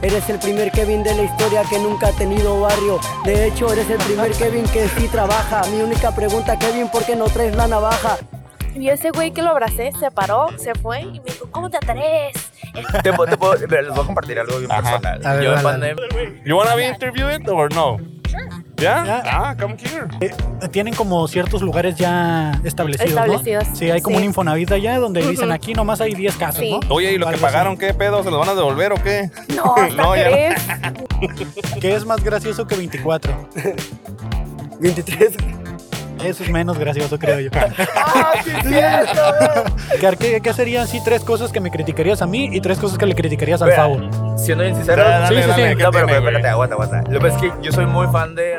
Eres el primer Kevin de la historia que nunca ha tenido barrio. De hecho, eres el primer Kevin que sí trabaja. Mi única pregunta, Kevin, ¿por qué no traes la navaja? Y ese güey que lo abracé se paró, se fue y me dijo, ¿cómo te atreves? Te puedo- te puedo- les voy a compartir algo bien Ajá. personal. A ver, Yo en dale, dale. pandemia. You wanna be interviewed or no? Yeah? Ah, come here. Eh, tienen como ciertos lugares ya establecidos, ¿no? Establecidos, Sí, hay como sí. un Infonavit allá donde dicen Ujú. aquí nomás hay 10 casas, Sí. ¿no? Oye, ¿y lo que Algo así. pagaron qué pedo? ¿Se los van a devolver o qué? No, No, no ya no. crees. Que es más gracioso que 24. 23. Eso es menos gracioso, creo yo. ¡Ah, sí, es cierto! Gar, ¿Qué, qué serían sí tres cosas que me criticarías a mí y tres cosas que le criticarías al Vea, Fabo? Siendo bien sincero, Dale, Sí, sí, dale, sí. ¿qué No, pero tiene, güey? espérate, aguanta, aguanta. Lo que es que yo soy muy fan de.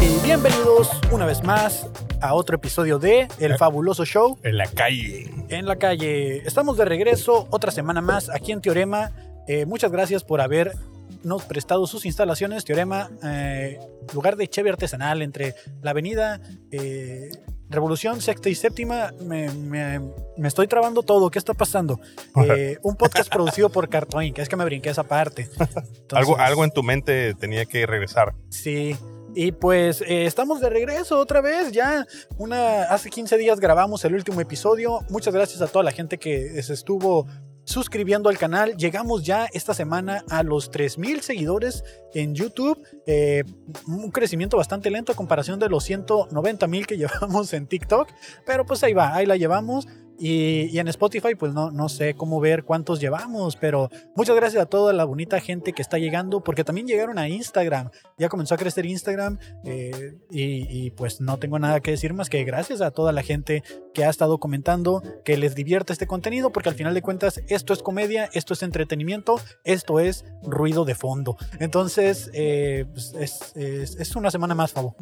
Y bienvenidos una vez más a otro episodio de El Fabuloso Show En la calle. en la calle. Estamos de regreso otra semana más aquí en Teorema. Eh, muchas gracias por habernos prestado sus instalaciones. Teorema, eh, lugar de cheve artesanal entre la avenida eh, Revolución Sexta y Séptima. Me, me- me estoy trabando todo. ¿Qué está pasando? Eh, un podcast producido por Cartoon Inc. Es que me brinqué esa parte. Algo, Entonces- algo en tu mente tenía que regresar. Sí. Y pues eh, estamos de regreso otra vez, ya una, hace 15 días grabamos el último episodio. Muchas gracias a toda la gente que se estuvo suscribiendo al canal. Llegamos ya esta semana a los 3.000 seguidores en YouTube. Eh, un crecimiento bastante lento a comparación de los 190.000 que llevamos en TikTok. Pero pues ahí va, ahí la llevamos. Y, y en Spotify, pues no, no sé cómo ver cuántos llevamos, pero muchas gracias a toda la bonita gente que está llegando, porque también llegaron a Instagram ya comenzó a crecer Instagram eh, y, y, pues no tengo nada que decir más que gracias a toda la gente que ha estado comentando, que les divierte este contenido, porque al final de cuentas esto es comedia, esto es entretenimiento, esto es ruido de fondo. Entonces eh, pues, es, es- es una semana más, Fabo.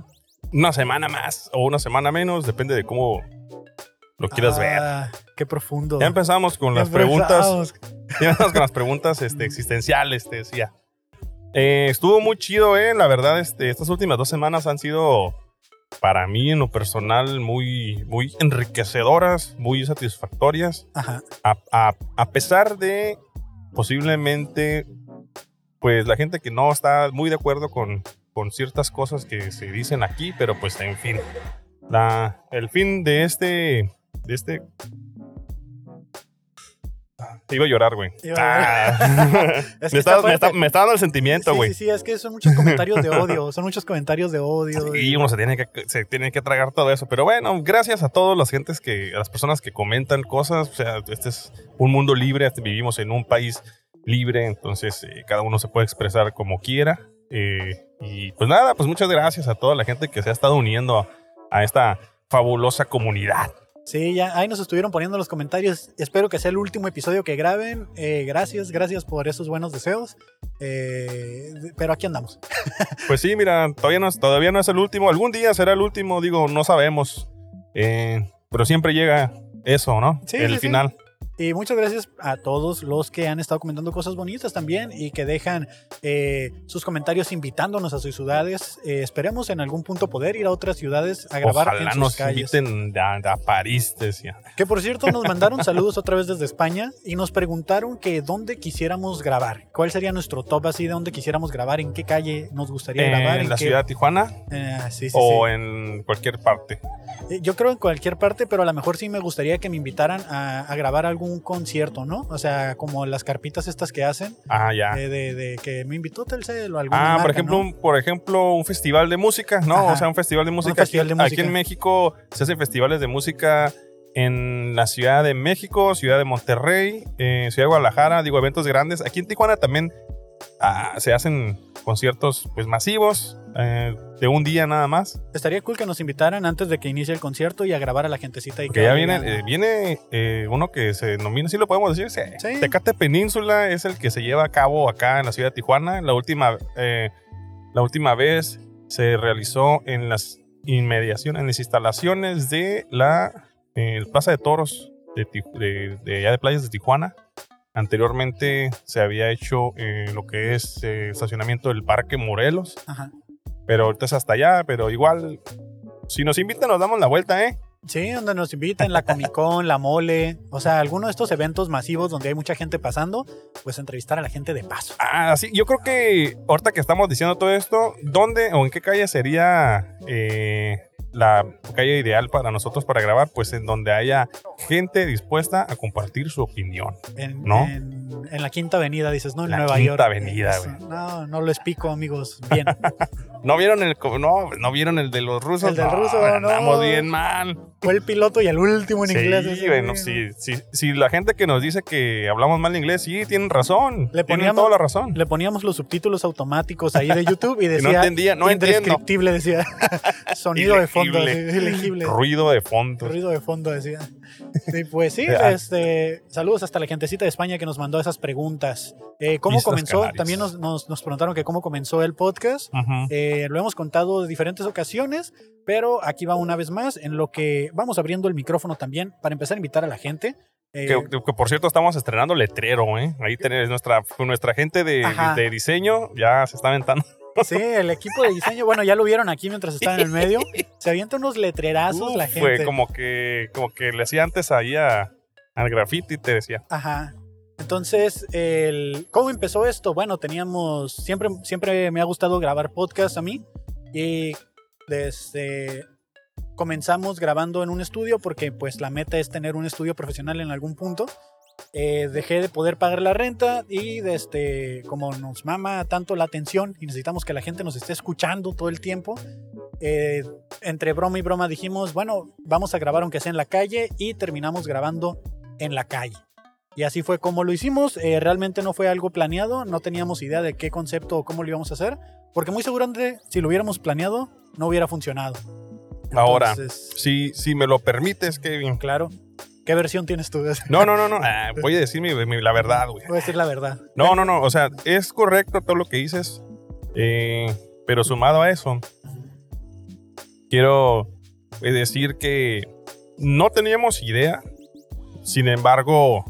Una semana más o una semana menos, depende de cómo lo quieras ver. Ah, Qué profundo. Ya empezamos con las Ya preguntas. empezamos. Ya empezamos con las preguntas este, existenciales, te decía. Eh, estuvo muy chido, eh. La verdad, este, estas últimas dos semanas han sido, para mí en lo personal, muy, muy enriquecedoras, muy satisfactorias. Ajá. a, a- a pesar de posiblemente, pues la gente que no está muy de acuerdo con, con ciertas cosas que se dicen aquí, pero pues en fin, la, el fin de este, de este... Ah, Te iba a llorar, güey. Iba a Ah. Es que está me, está, me fuerte. está- me está dando el sentimiento, Sí, güey. sí, sí, es que son muchos comentarios de odio, son muchos comentarios de odio. Y uno se tiene, que, se tiene que tragar todo eso. Pero bueno, gracias a todas las gentes que, a las personas que comentan cosas. O sea, este es un mundo libre, este- vivimos en un país libre, entonces eh, cada uno se puede expresar como quiera. Eh, y pues nada, pues muchas gracias a toda la gente que se ha estado uniendo a, a esta fabulosa comunidad. Sí, ya ahí nos estuvieron poniendo en los comentarios. Espero que sea el último episodio que graben. Eh, gracias, gracias por esos buenos deseos. Eh, pero aquí andamos. Pues sí, mira, todavía no, es- todavía no es el último. Algún día será el último, digo, no sabemos. Eh, pero siempre llega eso, ¿no? Sí, el sí, sí. final. Y muchas gracias a todos los que han estado comentando cosas bonitas también y que dejan eh, sus comentarios invitándonos a sus ciudades. Eh, esperemos en algún punto poder ir a otras ciudades a grabar en Ojalá sus nos calles. inviten a, a París, decía. Que por cierto, nos mandaron saludos otra vez desde España y nos preguntaron que dónde quisiéramos grabar. ¿Cuál sería nuestro top así de dónde quisiéramos grabar? ¿En qué calle nos gustaría grabar? en la qué- ciudad de Tijuana Ah, sí, sí, o sí. en cualquier parte. Eh, Yo creo en cualquier parte, pero a lo mejor sí me gustaría que me invitaran a, a grabar algún concierto, ¿no? O sea, como las carpitas estas que hacen, Ah, ya. eh, de, de que me invitó Telcel o alguna Ah, por marca, ejemplo, ¿no? un, por ejemplo, un festival de música, ¿no? Ajá. O sea, un festival de música. festival aquí, de aquí música. en México se hacen festivales de música en la Ciudad de México, Ciudad de Monterrey, eh, Ciudad de Guadalajara, digo, eventos grandes. Aquí en Tijuana también ah, se hacen conciertos pues masivos eh, de un día nada más. Estaría cool que nos invitaran antes de que inicie el concierto y a grabar a la gentecita. Y Porque que ya oigan. viene, eh, viene eh, uno que se denomina, sí lo podemos decir, sí. Sí. Tecate Península es el que se lleva a cabo acá en la ciudad de Tijuana. La última, eh, la última vez se realizó en las inmediaciones, en las instalaciones de la eh, Plaza de Toros de, Ti- de, de allá de Playas de Tijuana. Anteriormente se había hecho eh, lo que es eh, estacionamiento del Parque Morelos, Ajá. pero ahorita es hasta allá, pero igual, si nos invitan nos damos la vuelta, ¿eh? Sí, donde nos inviten, la Comic Con, la Mole, o sea, alguno de estos eventos masivos donde hay mucha gente pasando, pues entrevistar a la gente de paso. Ah, sí, yo creo que ahorita que estamos diciendo todo esto, ¿dónde o en qué calle sería eh, la calle ideal para nosotros para grabar? Pues en donde haya gente dispuesta a compartir su opinión. En, ¿No? en, en la Quinta Avenida, dices, no, en La Nueva Quinta York. Avenida, Eso, No, no lo explico, amigos. Bien. ¿No vieron el, co- no, ¿no vieron el de los rusos? El del No, ruso, Andamos no. bien mal. Fue el piloto y el último en Sí, inglés. ese, bueno, güey. sí, sí, sí, la gente que nos dice que hablamos mal inglés, sí, tienen razón. Le tienen poníamos- toda la razón. Le poníamos los subtítulos automáticos ahí de YouTube y Que no decía. entendía, no entiendo. indescriptible, decía. Sonido de fondo, Ilegible. así, ilegible. Ruido de fondo. Ruido de fondo, decía. Y pues sí, Ah. este, saludos hasta la gentecita de España que nos mandó esas preguntas. Eh, ¿Cómo Islas comenzó? Canarias. También nos, nos- nos preguntaron que cómo comenzó el podcast. Ujú. Eh, lo hemos contado de diferentes ocasiones, pero aquí va una vez más en lo que vamos abriendo el micrófono también para empezar a invitar a la gente. Eh, Que, que, por cierto estamos estrenando letrero, ¿eh? Ahí tenés nuestra, nuestra gente de, Ajá. de diseño, ya se está aventando. Sí, el equipo de diseño, bueno, ya lo vieron aquí mientras estaba en el medio. Se avienta unos letrerazos Uf, la fue gente. como que, como que le hacía antes ahí a- al graffiti, te decía. Ajá. Entonces, el, ¿cómo empezó esto? Bueno, teníamos, siempre, siempre me ha gustado grabar podcast a mí y desde comenzamos grabando en un estudio porque pues la meta es tener un estudio profesional en algún punto. Eh, dejé de poder pagar la renta y desde como nos mama tanto la atención y necesitamos que la gente nos esté escuchando todo el tiempo, eh, entre broma y broma dijimos, bueno, vamos a grabar aunque sea en la calle y terminamos grabando en la calle. Y así fue como lo hicimos. eh, realmente no fue algo planeado. No teníamos idea de qué concepto o cómo lo íbamos a hacer. Porque muy seguramente si lo hubiéramos planeado, no hubiera funcionado. Ahora. Entonces, Si, si me lo permites, Kevin. claro. ¿Qué versión tienes tú? Voy No, no, no, no. Ah, voy a decir mi- mi- la verdad, güey. a decir la verdad. No, no, no. O sea, es correcto todo lo que dices. eh, pero sumado a eso, quiero eh, decir que no teníamos idea. Sin embargo,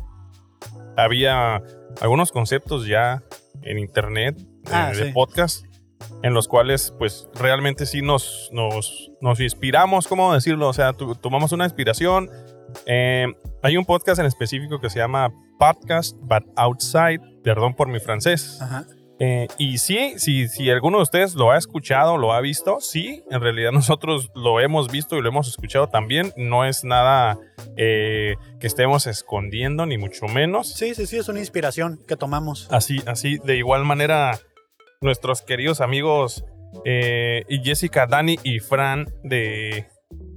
había algunos conceptos ya en internet eh, Ah, de sí. podcast en los cuales pues realmente sí nos, nos, nos inspiramos, ¿cómo decirlo? O sea, tu- tomamos una inspiración. Eh, hay un podcast en específico que se llama Podcast But Outside, perdón por mi francés. Ajá. Eh, y sí, si, si alguno de ustedes lo ha escuchado, lo ha visto, sí, en realidad nosotros lo hemos visto y lo hemos escuchado también. No es nada eh, que estemos escondiendo, ni mucho menos. Sí, sí, sí, es una inspiración que tomamos. Así, así, de igual manera, nuestros queridos amigos eh, y Jessica, Dani y Fran de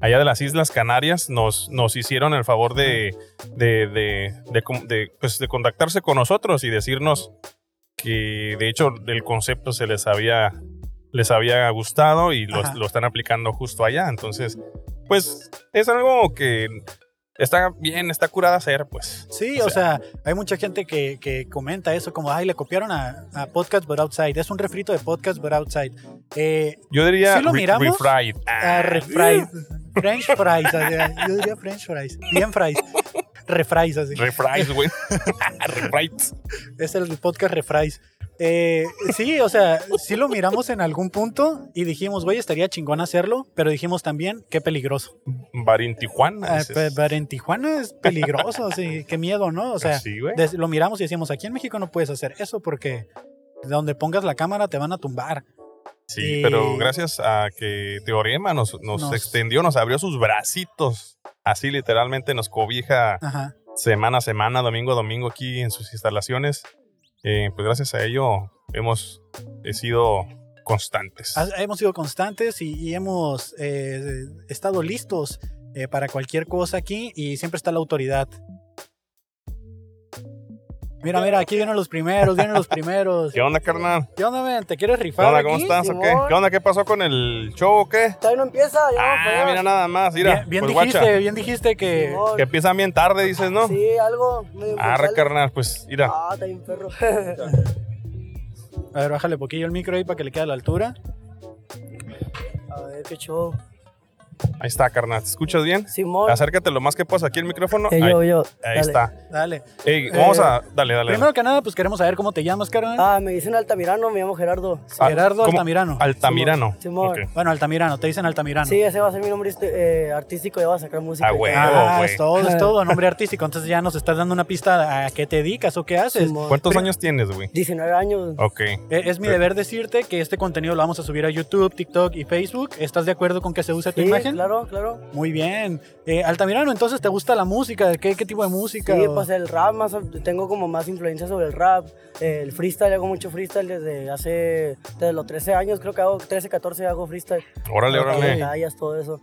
allá de las Islas Canarias nos, nos hicieron el favor de, de, de- de com- de, pues, de contactarse con nosotros y decirnos que de hecho el concepto se les había, les había gustado y lo, Ajá. lo están aplicando justo allá. Entonces, pues es algo que está bien, está curada hacer, pues. Sí, O o sea, hay mucha gente que, que comenta eso como, ay, le copiaron a, a Podcast But Outside. Es un refrito de Podcast But Outside. Eh, Yo diría Sí lo re- miramos. refried. Ah, refries. French fries. así, yo diría French fries. Bien fries. Refries, así. Refries, güey. Refries. Es el podcast Refries. Eh, sí, o sea, sí lo miramos en algún punto y dijimos, güey, estaría chingón hacerlo, pero dijimos también, qué peligroso. Bar en Tijuana. Ah, dices. pe- pero en Tijuana es peligroso, sí, qué miedo, ¿no? O sea, sí, güey. des- lo miramos y decimos, aquí en México no puedes hacer eso porque donde pongas la cámara te van a tumbar. Sí, y- pero gracias a que Teorema nos, nos, Nos- extendió, nos abrió sus bracitos. Así literalmente nos cobija Ajá. semana a semana, domingo a domingo aquí en sus instalaciones. Eh, pues gracias a ello hemos he sido constantes. Ha- Hemos sido constantes y, y hemos eh, estado listos eh, para cualquier cosa aquí y siempre está la autoridad. Mira, mira, aquí vienen los primeros, vienen los primeros. ¿Qué onda, carnal? ¿Qué onda, men? ¿Te quieres ¿Qué rifar? onda? aquí? ¿Cómo estás? ¿O qué? Simón. ¿Qué onda? ¿Qué pasó con el show o qué? Todavía no empieza, ya vamos Ah, para mira allá. nada más, mira. pues, bien bien pues, dijiste, guacha, bien dijiste que. Simón. que empiezan bien tarde, dices, ¿no? Sí, algo. medio Arre, brutal. carnal, pues mira. Ah, está bien perro. A ver, bájale poquillo el micro ahí para que le quede a la altura. A ver, qué show. Ahí está, carnal. ¿Te escuchas bien? Simón. Acércate lo más que puedas aquí el micrófono. Eh, yo, ahí yo. ahí dale. está. Dale. Ey, vamos Eh, a. Dale, dale. Primero que nada, pues queremos saber cómo te llamas, carnal. Ah, me dicen Altamirano, me llamo Gerardo. Ah, Gerardo ¿cómo? Altamirano. Altamirano. Simón. Ok. Bueno, Altamirano, te dicen Altamirano. Sí, ese va a ser mi nombre este, eh, artístico, ya va a sacar música. Eh, Ah, güey. Ah, güey. es todo, es todo, nombre artístico. Entonces ya nos estás dando una pista a qué te dedicas o qué haces. Simón. ¿Cuántos años tienes, güey? 19 años. Ok. Eh, Es mi deber decirte que este contenido lo vamos a subir a YouTube, TikTok y Facebook. ¿Estás de acuerdo con que se use tu Sí, imagen? claro, claro. Muy bien. Eh, Altamirano, entonces, ¿te gusta la música? ¿Qué, qué tipo de música? Sí, o- pues el rap, más, tengo como más influencia sobre el rap. eh, El freestyle, hago mucho freestyle desde hace, desde los 13 años, creo que hago 13, 14 hago freestyle. Órale, Hago órale. batallas, todo eso.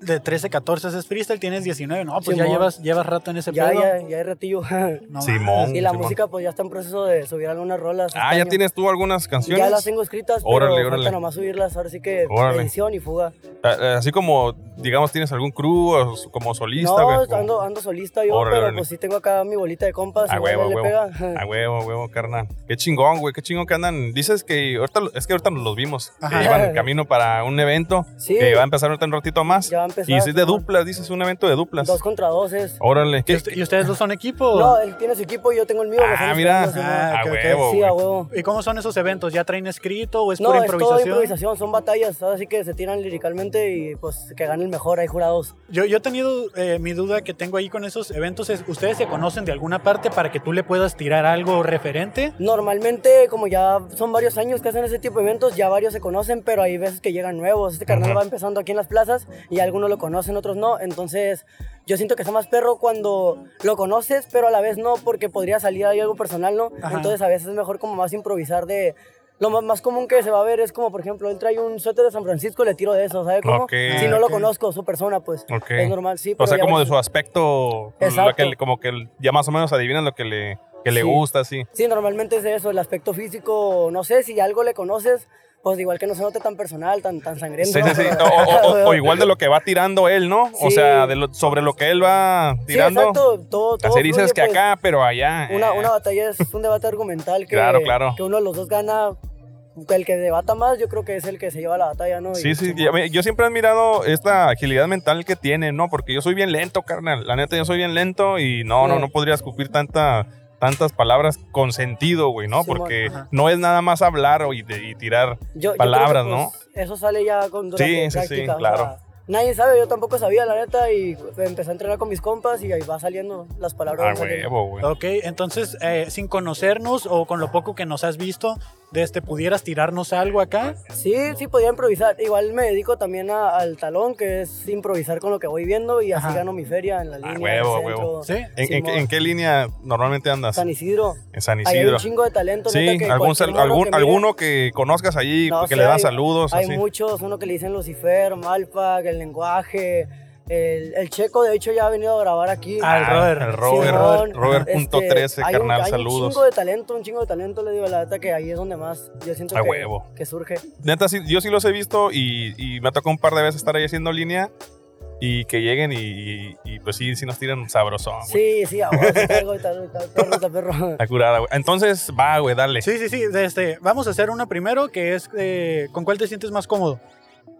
De 13, 14 haces freestyle, tienes 19. No, pues ya Simón. llevas, llevas rato en ese Ya, pedo. ya, ya hay ratillo. No Simón. mames. y la Oh, Simón. música, pues ya está en proceso de subir algunas rolas. Ah, este ya año. tienes tú algunas canciones. Ya las tengo escritas, Órale, pero órale. falta nomás subirlas. Ahora sí que Órale. edición y fuga. Ah, ah, Así como, digamos, tienes algún crew o s- como solista, güey. no, como- ando, ando solista yo, Órale, pero órale. pues sí tengo acá mi bolita de compas. A igual huevo, a le huevo. pega. A huevo, a huevo, carnal. Qué chingón, güey. Qué chingón que andan. Dices que ahorita, lo- es que ahorita los vimos. Ajá. Que iban en camino para un evento Sí. que va a empezar ahorita en un ratito más. Ya va a empezar, Y es de Simón. duplas, dices un evento de duplas. Dos contra dos es. Órale. ¿Qué- ¿Y usted- ¿Y ustedes dos son equipo? No, él tiene su equipo y yo tengo el mío. los Oh. Ah, años mira. que ando, Ah, a ok, ok. huevo, sí, güey. a huevo. ¿Y cómo son esos eventos? ¿Ya traen escrito o es No, pura es todo improvisación? improvisación, son batallas, así que se tiran liricalmente y pues que gane el mejor, hay jurados. Yo, yo he tenido eh, mi duda que tengo ahí con esos eventos es, ¿ustedes se conocen de alguna parte para que tú le puedas tirar algo referente? Normalmente, como ya son varios años que hacen ese tipo de eventos, ya varios se conocen, pero hay veces que llegan nuevos. Este carnal Ajá. va empezando aquí en las plazas y algunos lo conocen, otros no. Entonces, yo siento que está más perro cuando lo conoces, pero a la vez no, porque podría salir ahí algo personal, ¿no? Ajá. Entonces, a veces es mejor como más improvisar de... Lo más, más común que se va a ver es como, por ejemplo, él trae un suéter de San Francisco, le tiro de eso, ¿sabe cómo? Ok. Si no lo Ok. conozco, su persona, pues, Ok. es normal, sí. o pero sea, ya como de varios- su aspecto, Exacto. lo que le- como que ya más o menos adivinas lo que le, que le Sí. gusta, así. Sí, normalmente es eso, el aspecto físico, no sé, si algo le conoces, pues igual que no se note tan personal, tan, tan sangriento. Sí, sí, sí. pero- O, o- o- o igual de lo que va tirando él, ¿no? O Sí. sea, de lo- sobre lo que él va Sí, tirando. exacto, todo, todo Así dices fluye, que pues. acá, pero allá. Una, eh. una batalla es un debate argumental que, Claro, claro. que uno de los dos gana, el que debata más yo creo que es el que se lleva la batalla, ¿no? Y- Sí, sí, ya me- yo siempre he admirado esta agilidad mental que tiene, ¿no? Porque yo soy bien lento, carnal. La neta, yo soy bien lento y no, no, Sí. no podría escupir tanta, tantas palabras con sentido, güey, ¿no? Simón, Porque ajá. no es nada más hablar o y, de- y tirar. Yo- yo creo que, palabras, pues, Eso sale ya con durante Sí, sí, sí, práctica, o claro. sea, Nadie sabe, yo tampoco sabía, la neta, y empecé a entrenar con mis compas y ahí va saliendo las palabras. Ah, van saliendo. huevo, güey. Ok, entonces, eh, sin conocernos o con lo poco que nos has visto, de este, ¿pudieras tirarnos algo acá? Sí, sí podía improvisar. Igual me dedico también a- al talón, que es improvisar con lo que voy viendo y así Ajá. gano mi feria en la línea. Ah, en huevo, el centro, huevo. ¿Sí? ¿En, en qué- Simón. en qué línea normalmente andas? San Isidro. en San Ahí hay Isidro. un chingo de talento. neta, Sí, que algún, cualquier sal- morro algún- que mire- alguno que conozcas ahí, No, que sí, le das hay- saludos, Hay así. muchos, uno que le dicen Lucifer, Malpac, el lenguaje. El, el checo, de hecho, ya ha venido a grabar aquí. Ah, el Robert. El Robert, Simón, Robert este, punto 13, hay un- carnal, Hay un saludos. chingo de talento, un chingo de talento, le digo, la neta que ahí es donde más yo siento A que, huevo. que surge. Neta, sí, yo sí los he visto y, y me ha tocado un par de veces estar ahí haciendo línea y que lleguen y, y- y, pues sí, sí nos tiran sabrosón, güey. Sí, sí, ahora sí está algo, está- está- está perro, está perro. La curada, güey. Entonces, va, güey, dale. Sí, sí, sí. de este, vamos a hacer una primero que es, eh, ¿con cuál te sientes más cómodo?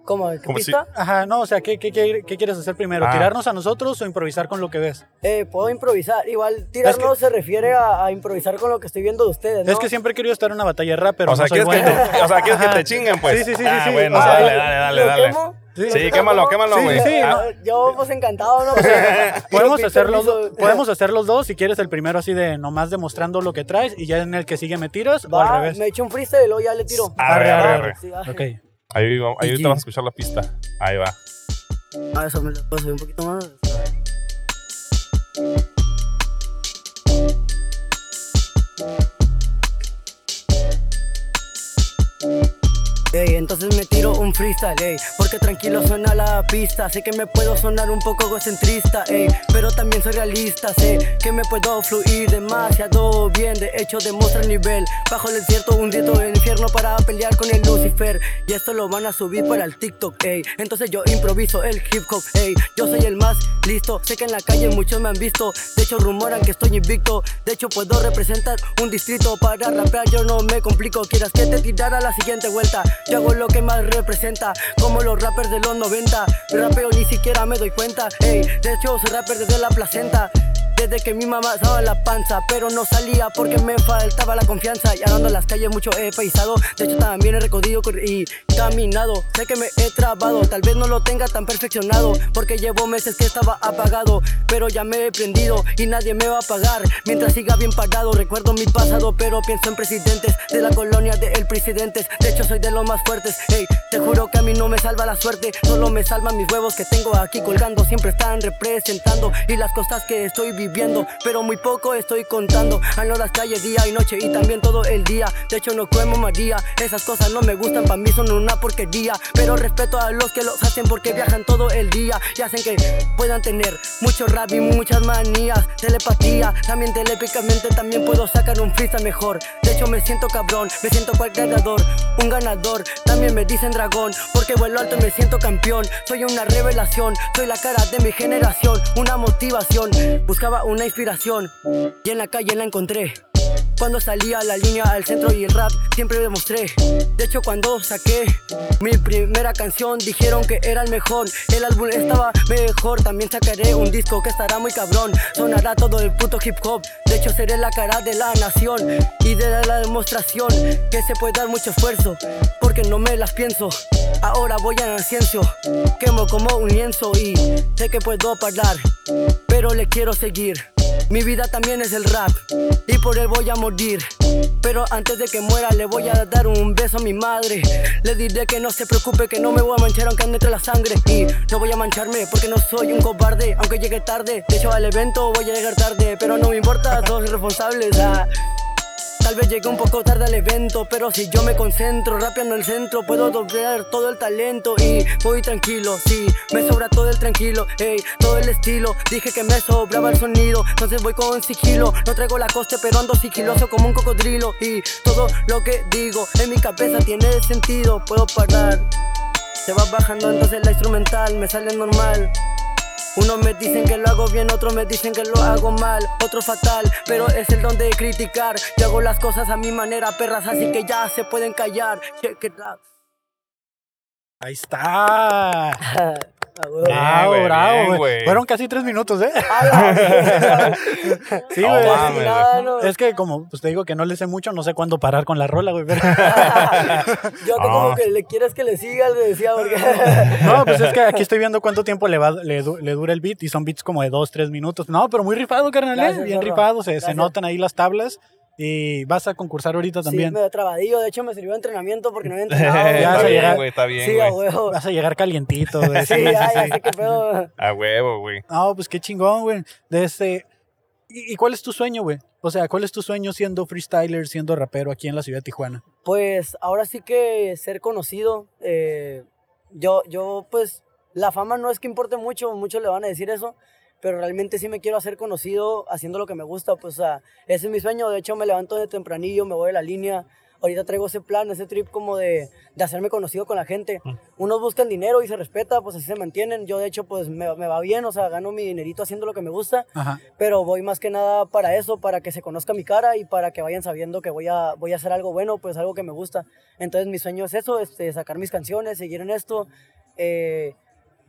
¿Cómo? ¿Qué Como si- pista? Ajá, no, o sea, ¿qué, qué, qué- qué quieres hacer primero? Ah. ¿Tirarnos a nosotros o improvisar con lo que ves? Eh, puedo improvisar. Igual tirar Es que- no se refiere a, a improvisar con lo que estoy viendo de ustedes, ¿no? Es que siempre he querido estar en una batalla de rap, pero o, sea, no soy ¿quieres bueno. que te, o sea, ¿quieres que Ajá. te chinguen, pues? Sí, sí, sí, sí, Ah, sí. bueno, O sea, dale, dale, ¿Lo dale, dale. quemo? Sí, Sí, quémalo, quémalo, Sí, güey. sí, sí, Ah, no, Yo pues encantado, ¿no? Podemos Pedí hacer, los permiso. dos, podemos hacer los dos, si quieres el primero así de nomás demostrando lo que traes y ya en el que sigue me tiras o Va, al revés. me echo un freestyle y luego ya le tiro. Arre, Arre, arre, arre. arre. Sí, va. Ok. Ahí, va- ahí Sí. te vas a escuchar la pista. Ahí va. Ah, eso me lo puedo subir un poquito más. Ey, entonces me tiro un freestyle, ey, porque tranquilo suena la pista. Sé que me puedo sonar un poco egocentrista, ey, pero también soy realista. Sé que me puedo fluir demasiado bien, de hecho demuestra el nivel. Bajo el desierto, hundido en el infierno para pelear con el Lucifer. Y esto lo van a subir para el TikTok, ey. Entonces yo improviso el hip hop, ey. Yo soy el más listo, sé que en la calle muchos me han visto. De hecho, rumoran que estoy invicto. De hecho, puedo representar un distrito para rapear. Yo no me complico, quieras que te tirara la siguiente vuelta. Yo hago por lo que más representa. Como los rappers de los 90, rapeo ni siquiera me doy cuenta. Ey, de hecho, soy rapper desde la placenta. Desde que mi mamá estaba en la panza, pero no salía porque me faltaba la confianza. Y andando en las calles mucho he paisado, de hecho también he recorrido cor- y caminado. Sé que me he trabado, tal vez no lo tenga tan perfeccionado, porque llevo meses que estaba apagado. Pero ya me he prendido y nadie me va a pagar. Mientras siga bien pagado, recuerdo mi pasado, pero pienso en presidentes de la colonia de el presidentes. De hecho, soy de los más fuertes. Ey, te juro que a mí no me salva la suerte, solo me salvan mis huevos que tengo aquí colgando. Siempre están representando y las cosas que estoy viviendo, pero muy poco estoy contando. Ando las calles día y noche y también todo el día. De hecho, no como María, esas cosas no me gustan, para mí son una porquería. Pero respeto a los que los hacen porque viajan todo el día y hacen que puedan tener mucho rap y muchas manías. Telepatía, también telepicamente, también puedo sacar un freestyle mejor. De hecho, me siento cabrón, me siento cual ganador, un ganador. También me dicen dragón, porque vuelo alto y me siento campeón. Soy una revelación, soy la cara de mi generación, una motivación. Buscaba una inspiración y en la calle la encontré. Cuando salí a la línea al centro y el rap siempre demostré. De hecho, cuando saqué mi primera canción, dijeron que era el mejor. El álbum estaba mejor. También sacaré un disco que estará muy cabrón. Sonará todo el puto hip hop. De hecho, seré la cara de la nación y de la demostración que se puede dar mucho esfuerzo. Porque no me las pienso. Ahora voy a ciencia. Quemo como un lienzo y sé que puedo parar. Pero le quiero seguir. Mi vida también es el rap y por él voy a morir. Pero antes de que muera le voy a dar un beso a mi madre. Le diré que no se preocupe, que no me voy a manchar aunque ande entre la sangre. Y no voy a mancharme porque no soy un cobarde, aunque llegue tarde. De hecho al evento voy a llegar tarde, pero no me importa, todos responsables. ah. Tal vez llegué un poco tarde al evento, pero si yo me concentro, rapeando el centro, puedo doblar todo el talento y voy tranquilo, sí, me sobra todo el tranquilo, ey, todo el estilo, dije que me sobraba el sonido, entonces voy con sigilo, no traigo la coste, pero ando sigiloso como un cocodrilo y todo lo que digo en mi cabeza tiene sentido, puedo parar, se va bajando entonces la instrumental, me sale normal. Unos me dicen que lo hago bien, otros me dicen que lo hago mal, otro fatal, pero es el don de criticar. Yo hago las cosas a mi manera, perras, así que ya se pueden callar. Check it out. Ahí está. Ah, güey. Bravo, güey, bravo. bien, güey. güey. Fueron casi tres minutos, ¿eh? sí, No güey. mames. Claro. Es que como pues, te digo que no le sé mucho, no sé cuándo parar con la rola, güey. pero- Yo que Ah. como que le quieres que le siga, le decía, porque... No, pues es que aquí estoy viendo cuánto tiempo le, va, le, du- le dura el beat y son beats como de dos, tres minutos. No, pero muy rifado, carnal. ¿eh? Gracias, Bien zorro. rifado, se, se Gracias. notan ahí las tablas y vas a concursar ahorita sí, también. me trabadillo, de hecho me sirvió de entrenamiento porque no había entrenado. Ya está se bien, llega- güey, está sí, bien, a güey. huevo. Vas a llegar calientito, güey. Sí, ya, ya sé qué pedo. A huevo, güey. No, pues qué chingón, güey. De este... ¿Y, y cuál es tu sueño, güey? O sea, ¿cuál es tu sueño siendo freestyler, siendo rapero aquí en la ciudad de Tijuana? Pues ahora sí que ser conocido, eh, yo, yo pues la fama no es que importe mucho, muchos le van a decir eso, pero realmente sí me quiero hacer conocido haciendo lo que me gusta, pues o sea, ese es mi sueño, de hecho me levanto de tempranillo, me voy de la línea, ahorita traigo ese plan, ese trip como de, de hacerme conocido con la gente, unos buscan dinero y se respeta, pues así se mantienen, yo de hecho pues me, me va bien, o sea, gano mi dinerito haciendo lo que me gusta, Ajá. pero voy más que nada para eso, para que se conozca mi cara y para que vayan sabiendo que voy a, voy a hacer algo bueno, pues algo que me gusta. Entonces mi sueño es eso, este, sacar mis canciones, seguir en esto, eh,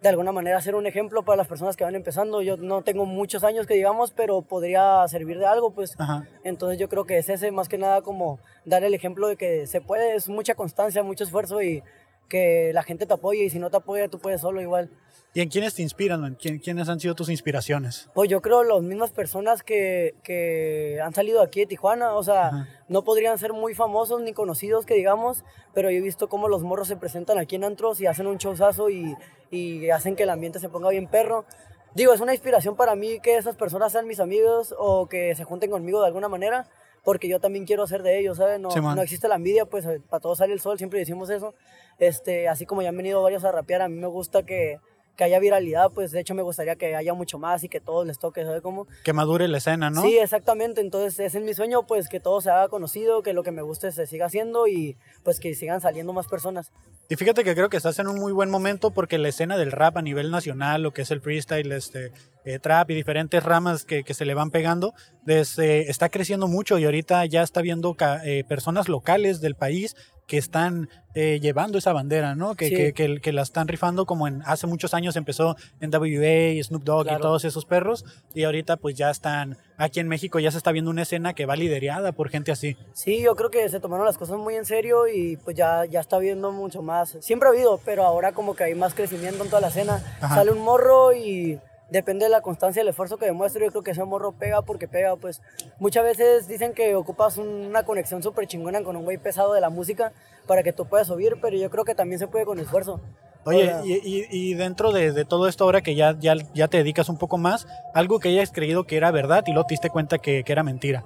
de alguna manera ser un ejemplo para las personas que van empezando. Yo no tengo muchos años que digamos, pero podría servir de algo, pues. Ajá. Entonces yo creo que es ese, más que nada como dar el ejemplo de que se puede, es mucha constancia, mucho esfuerzo y que la gente te apoye y si no te apoya tú puedes solo igual. ¿Y en quiénes te inspiran, man? ¿Quién- ¿Quiénes han sido tus inspiraciones? Pues yo creo las mismas personas que, que han salido aquí de Tijuana, o sea, Ajá. no podrían ser muy famosos ni conocidos que digamos, pero yo he visto cómo los morros se presentan aquí en antros y hacen un showzazo y, y hacen que el ambiente se ponga bien perro. Digo, es una inspiración para mí que esas personas sean mis amigos o que se junten conmigo de alguna manera, porque yo también quiero ser de ellos, ¿sabes? No, Simón. no existe la envidia, pues eh, para todos sale el sol, siempre decimos eso. Este, así como ya han venido varios a rapear, a mí me gusta que, que haya viralidad, pues de hecho me gustaría que haya mucho más y que todos les toque, ¿sabes cómo? Que madure la escena, ¿no? Sí, exactamente. Entonces, ese es mi sueño, pues que todo se haga conocido, que lo que me guste se siga haciendo y pues que sigan saliendo más personas. Y fíjate que creo que estás en un muy buen momento porque la escena del rap a nivel nacional, lo que es el freestyle, este, eh, trap y diferentes ramas que, que se le van pegando, desde- está creciendo mucho y ahorita ya está viendo ca- eh, personas locales del país que están eh, llevando esa bandera, ¿no? Que, Sí. que, que- que la están rifando como en hace muchos años empezó en WA, Snoop Dogg y Claro. todos esos perros y ahorita pues ya están aquí en México ya se está viendo una escena que va liderada por gente así. Sí, yo creo que se tomaron las cosas muy en serio y pues ya, ya está viendo mucho más. Siempre ha habido, pero ahora como que hay más crecimiento en toda la escena. Ajá. Sale un morro y depende de la constancia y el esfuerzo que demuestre, yo creo que ese morro pega porque pega. Pues muchas veces dicen que ocupas un- una conexión súper chingona con un güey pesado de la música para que tú puedas subir, pero yo creo que también se puede con esfuerzo. Oye, Ahora- y, y- y dentro de, de todo esto, ahora que ya, ya, ya te dedicas un poco más, algo que hayas creído que era verdad y luego te diste cuenta que, que era mentira.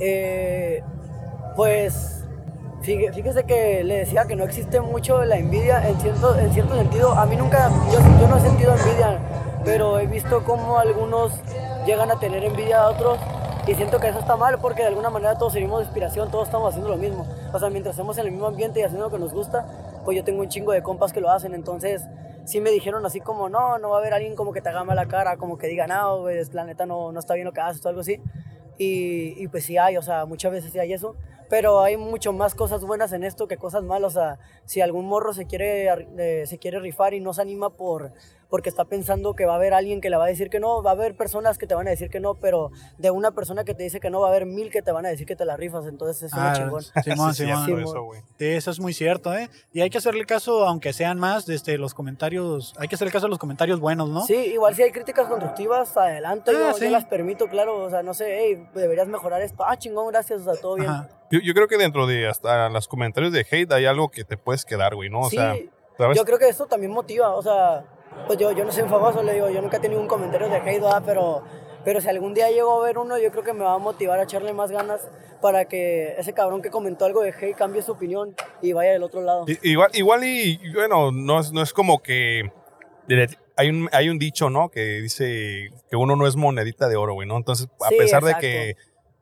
Eh, pues fíjese, fíjese que le decía que no existe mucho la envidia en cierto, en cierto sentido. A mí nunca, yo, yo no he sentido envidia, pero he visto cómo algunos llegan a tener envidia a otros y siento que eso está mal porque de alguna manera todos seguimos de inspiración, todos estamos haciendo lo mismo. O sea, mientras estemos en el mismo ambiente y haciendo lo que nos gusta, pues yo tengo un chingo de compas que lo hacen, entonces... Sí me dijeron así como, no, no va a haber alguien como que te haga mala cara, como que diga, no, güey, la neta no, no está bien lo que haces o algo así y, y pues sí hay, o sea, muchas veces sí hay eso, pero hay mucho más cosas buenas en esto que cosas malas, o sea, si algún morro se quiere, ar- eh, se quiere rifar y no se anima por, porque está pensando que va a haber alguien que le va a decir que no, va a haber personas que te van a decir que no, pero de una persona que te dice que no va a haber mil que te van a decir que te la rifas, entonces es una Ah, chingón. Simón, Sí, Simón. cierto Simón. eso, güey. Sí, eso es muy cierto, ¿eh? Y hay que hacerle caso, aunque sean más, desde los comentarios, hay que hacerle caso a los comentarios buenos, ¿no? Sí, igual si hay críticas constructivas, adelante, Ah, yo, yo sí. las permito, claro, o sea, no sé, hey, deberías mejorar esto, ah, chingón, gracias, o sea, todo bien. Ajá. Yo, yo creo que dentro de hasta los comentarios de hate hay algo que te puedes quedar, güey, ¿no? O Sí, sea, ¿sabes? Yo creo que esto también motiva, o sea, pues yo, yo no soy un famoso, le digo, yo nunca he tenido un comentario de hate, ¿verdad? pero, pero si algún día llego a ver uno, yo creo que me va a motivar a echarle más ganas para que ese cabrón que comentó algo de hate cambie su opinión y vaya del otro lado. I- Igual, igual y, y bueno, no es, no es como que... dire- Hay un, hay un dicho, ¿no? Que dice que uno no es monedita de oro, güey, ¿no? Entonces, a Sí, pesar exacto. de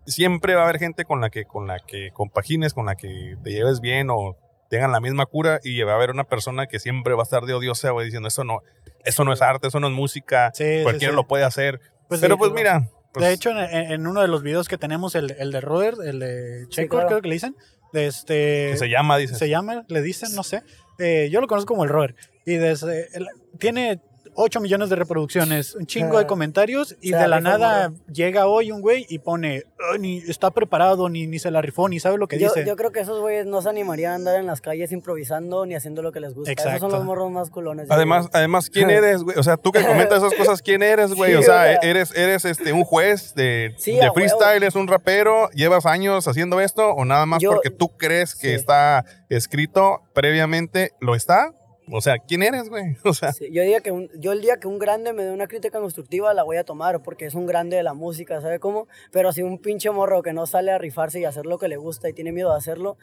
que siempre va a haber gente con la que con la que compagines, con la que te lleves bien o tengan la misma cura y va a haber una persona que siempre va a estar de odiosa, güey, diciendo, eso no, eso no es arte, eso no es música, Sí, sí, cualquiera sí. lo puede hacer. Pues Pero sí, pues claro. mira, pues, de hecho, en, en- en uno de los videos que tenemos, el, el de Roder, el de Checo, claro. creo que le dicen, de este... que se llama, dice. se llama, le dicen, no sé. Eh, yo lo conozco como el Robert. Y desde, el- tiene 8 millones de reproducciones, un chingo de Ah. comentarios y Se la de rifa la el nada llega hoy un güey y pone, "Ah, ni está preparado, ni, ni se la rifó, ni sabe lo que Yo, dice. yo creo que esos güeyes no se animarían a andar en las calles improvisando ni haciendo lo que les gusta. Esos Exacto. son los morros más culones. yo Además, creo. además, ¿quién eres, güey? O sea, tú que comentas esas cosas, ¿quién eres, güey? Sí, o sea, o sea. eres, eres este, un juez de, Sí, de a freestyle, eres un rapero, llevas años haciendo esto, o nada más Yo- porque tú crees que sí. está escrito previamente, ¿lo está? O sea, ¿quién eres, güey? O sea, Sí, yo, diría que un- yo el día que un grande me dé una crítica constructiva la voy a tomar porque es un grande de la música, ¿sabe cómo? Pero si un pinche morro que no sale a rifarse y hacer lo que le gusta y tiene miedo de hacerlo,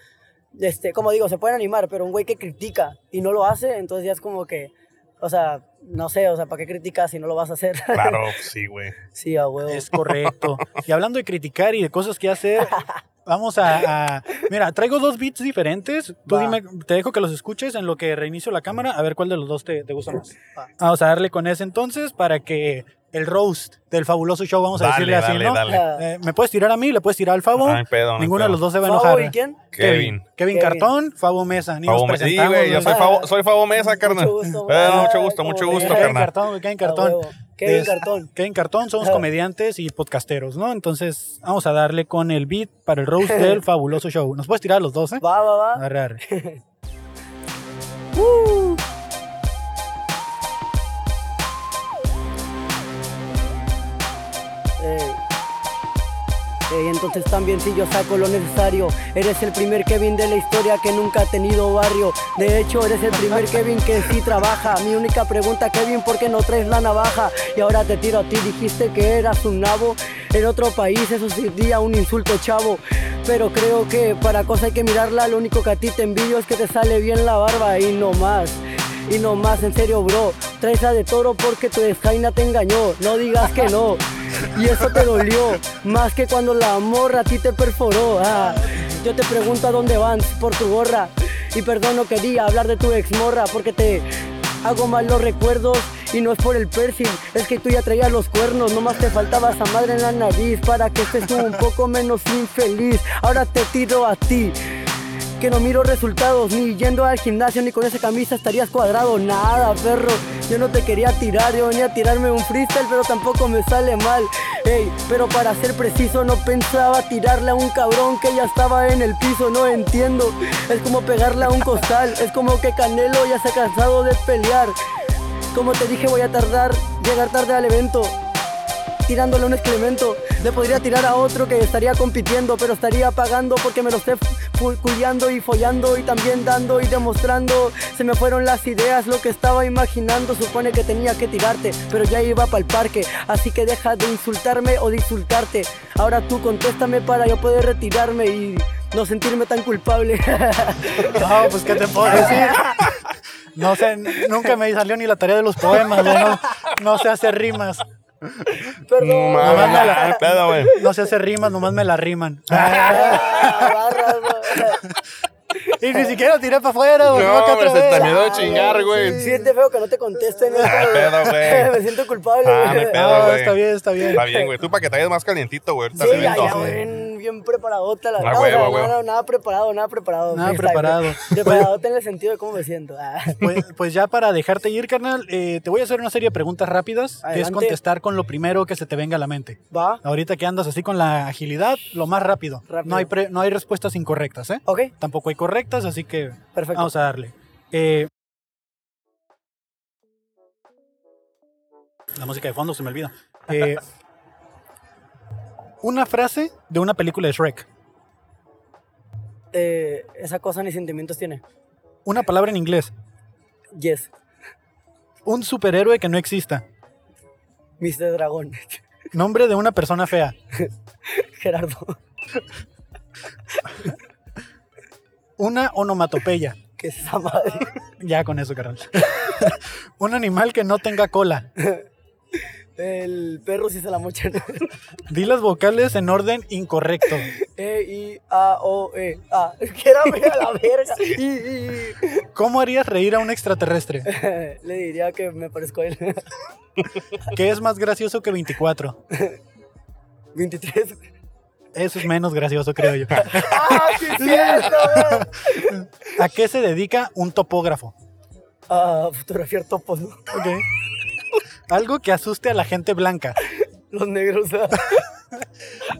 este, como digo, se pueden animar, pero un güey que critica y no lo hace, entonces ya es como que, o sea, no sé, o sea, ¿para qué criticas si no lo vas a hacer? claro, sí, güey. sí, a huevo. Es correcto. y hablando de criticar y de cosas que hacer, vamos a, a- Mira, traigo dos beats diferentes. Tú Va. dime, te dejo que los escuches en lo que reinicio la cámara, a ver cuál de los dos te, te gusta más. Va. Vamos a darle con ese entonces para que el roast del fabuloso show, vamos a decirle así, dale, ¿no? dale. Ah, Eh, me puedes tirar a mí, le puedes tirar al Fabo. No hay pedo, no hay Ninguno de pedo. los dos se va a Favo, enojar. ¿y quién? Kevin. Kevin Kevin. Cartón, Fabo Mesa. Ni Favo nos Mesa. Sí, presentamos. güey, yo soy güey. Favo, soy Favo Mesa, Mucho carnal. gusto, Eh, güey. mucho gusto, Ay, mucho como Kevin gusto, bien. carnal. Cartón, güey, Kevin A Cartón. huevo. Kevin Es- Cartón. Kevin Cartón, somos Ah. comediantes y podcasteros, ¿no? Entonces, vamos a darle con el beat para el roast del fabuloso show. Nos puedes tirar a los dos, ¿eh? Va, va, va. Arre, arre. Ey. Ey, entonces también si yo saco lo necesario Eres el primer Kevin de la historia que nunca ha tenido barrio De hecho eres el primer Kevin que sí trabaja Mi única pregunta Kevin, ¿por qué no traes la navaja? Y ahora te tiro a ti, dijiste que eras un nabo En otro país eso sería un insulto chavo Pero creo que para cosa hay que mirarla Lo único que a ti te envidio es que te sale bien la barba y no más y no más, en serio, bro. Traes la de toro porque tu escaina te engañó. No digas que no. Y eso te dolió. Más que cuando la morra a ti te perforó. Ah, yo te pregunto a dónde van por tu gorra. Y perdón, no quería hablar de tu exmorra porque te hago mal los recuerdos. Y no es por el piercing, es que tú ya traías los cuernos. Nomás te faltaba esa madre en la nariz para que estés tú un poco menos infeliz. Ahora te tiro a ti. Que no miro resultados, ni yendo al gimnasio, ni con esa camisa estarías cuadrado. Nada, perro. Yo no te quería tirar, yo venía a tirarme un freestyle, pero tampoco me sale mal. Ey, pero para ser preciso, no pensaba tirarle a un cabrón que ya estaba en el piso. No entiendo. Es como pegarle a un costal, es como que Canelo ya se ha cansado de pelear. Como te dije, voy a tardar, llegar tarde al evento. Tirándole un excremento, le podría tirar a otro que estaría compitiendo, pero estaría pagando porque me lo esté fu- culiando y follando y también dando y demostrando. Se me fueron las ideas, lo que estaba imaginando. Supone que tenía que tirarte, pero ya iba para el parque. Así que deja de insultarme o de insultarte. Ahora tú contéstame para yo poder retirarme y no sentirme tan culpable. No, pues qué te puedo decir. No sé, n- nunca me salió ni la tarea de los poemas, güey, no, no sé hacer rimas. No mames, Nomás me no, la- no, pedo, güey. No sé hacer rimas, nomás me la riman. Ah, Y ni siquiera tiré para afuera, güey. No, acá hombre, otra se te vez. Ah, olvidó chingar, güey. Siente feo que no te contesten. ¿no? Ay, pedo, güey. me siento culpable. Ah, no hay güey. pedo, No, güey. está bien, está bien. Está bien, güey. Tú para que te vayas más calientito, güey. Ahorita Sí, Ah, te ya, vendo. ya, bien, bien preparadota la A verdad. huevo, a o sea, huevo. nada, nada preparado, nada preparado. Nada Ahí está, preparado. güey. Preparadota en el sentido de cómo me siento. Ah. Pues, pues ya para dejarte ir, carnal, eh, te voy a hacer una serie de preguntas rápidas, que es Adelante. contestar con lo primero que se te venga a la mente. ¿Va? Ahorita que andas así con la agilidad, lo más rápido. Rápido. No, hay pre- no hay respuestas incorrectas, ¿eh? Ok, Tampoco hay correctas, así que perfecto. vamos a darle. Eh, la música de fondo se me olvida. Eh, una frase de una película de Shrek. Eh, esa cosa ni sentimientos tiene. Una palabra en inglés. Yes, Un superhéroe que no exista. Mr. Dragón. Nombre de una persona fea. Gerardo, Una onomatopeya. que es esa madre. Ya con eso, carnal. un animal que no tenga cola. El perro sí se la mocha. Di las vocales en orden incorrecto. E, I, A, O, E, A. Quédame a la verga. I, I, I. ¿Cómo harías reír a un extraterrestre? Le diría que me parezco a él. ¿Qué es más gracioso que 24? 23. Eso es menos gracioso, creo yo. ¡Ah, sí, es cierto, güey! ¿A qué se dedica un topógrafo? A Ah, fotografiar topos, ¿no? Ok. Algo que asuste a la gente blanca. Los negros. ah.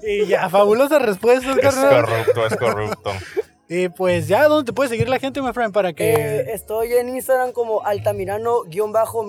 Y ya, fabulosas respuestas, Es carnal. corrupto, es corrupto. Y pues ya, ¿dónde te puede seguir la gente, my friend? Para Eh, que... estoy en Instagram como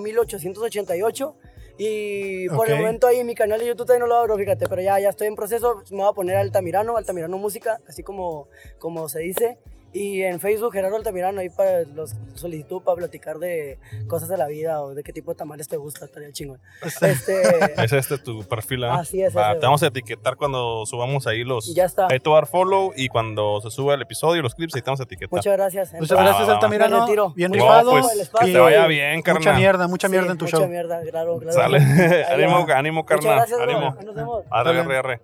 altamirano-1888. Y por Ok. el momento ahí mi canal de YouTube todavía no lo abro, fíjate, pero ya, ya estoy en proceso. Me voy a poner Altamirano, Altamirano Música, así como, como se dice. Y en Facebook, Gerardo Altamirano, ahí para los solicitud para platicar de cosas de la vida o de qué tipo de tamales te gusta, estaría chingón. pues, Este, Es este tu perfil, ¿ah? Así es, Va, ese, te güey. vamos a etiquetar cuando subamos ahí los. ya está. Ahí te va a dar follow y cuando se suba el episodio, los clips, ahí te vamos a etiquetar. Muchas gracias. eh. Muchas Va, gracias, va, va. Me Altamirano. retiro. Bien No, rifado. pues, que Y te vaya bien, carnal. Mucha mierda, mucha Sí, mierda en tu mucha show. mierda, claro, claro. Sale. Ahí va. ánimo, ánimo, Muchas carnal. gracias, bro. ánimo. Nos vemos. Arre, Dale. arre, arre.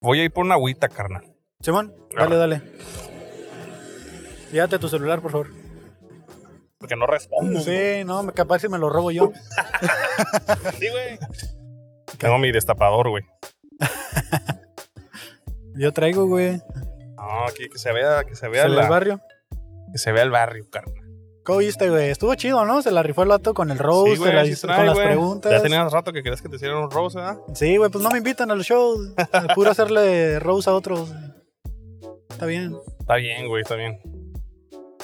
Voy a ir por una agüita, carnal. Simón, dale, dale. Fíjate tu celular, por favor. Porque no respondo. Sí, no, me- capaz si me lo robo yo. Sí, güey. Tengo mi destapador, güey. Yo traigo, güey. No, aquí que se vea, que se vea, Se ve la- el barrio. que se vea el barrio, carnal. ¿Cómo viste, güey? Estuvo chido, ¿no? Se la rifó el vato con el roast, Sí, güey, se la sí hizo trae, con las güey. preguntas. Ya tenías rato que querías que te hicieran un rose, ¿ah? Sí, güey, pues no me invitan a los shows. Puro hacerle roast a otros. Está bien. Está bien, güey, está bien.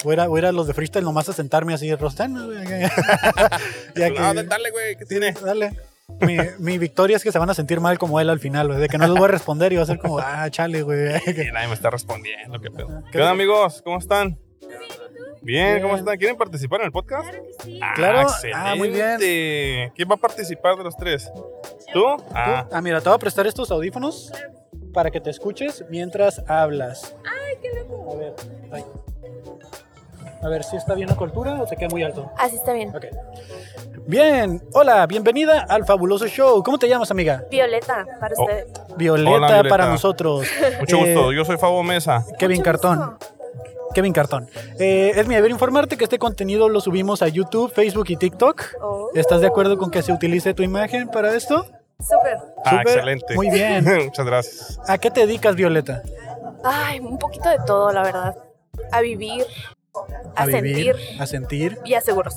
Voy a, ir a- voy a ir a los de freestyle nomás a sentarme así, rosteando, güey. Ya que- No, Pues, ah, dale, güey, ¿qué tiene? Dale. Mi, mi victoria es que se van a sentir mal como él al final, güey. De que no les voy a responder y va a ser como, ah, chale, güey. Y Eh, nadie me está respondiendo, qué pedo. ¿Qué ¿Qué tal? onda, amigos? ¿Cómo están? Bien, ¿cómo Bien. están? ¿Quieren participar en el podcast? Claro. Ah, muy bien. excelente. ¿Quién va a participar de los tres? ¿Tú? Ah, Ah, mira, te voy a prestar estos audífonos para que te escuches mientras hablas. Ay, qué loco. A ver, ay. A ver si está bien la cultura o te queda muy alto. Así está bien. Ok. Bien, hola, bienvenida al fabuloso show. ¿Cómo te llamas, amiga? Violeta, para Oh. usted. Violeta, Hola, Violeta. para nosotros. mucho Eh, gusto. Yo soy Fabo Mesa. Kevin Mucho Cartón. gusto. Kevin Cartón. Eh, es mi deber informarte que este contenido lo subimos a YouTube, Facebook y TikTok. Oh, ¿Estás de acuerdo con que se utilice tu imagen para esto? Súper. Ah, Súper. excelente. Muy bien. Muchas gracias. ¿A qué te dedicas, Violeta? Ay, un poquito de todo, la verdad. A vivir, a, vivir, sentir A sentir. y a seguros.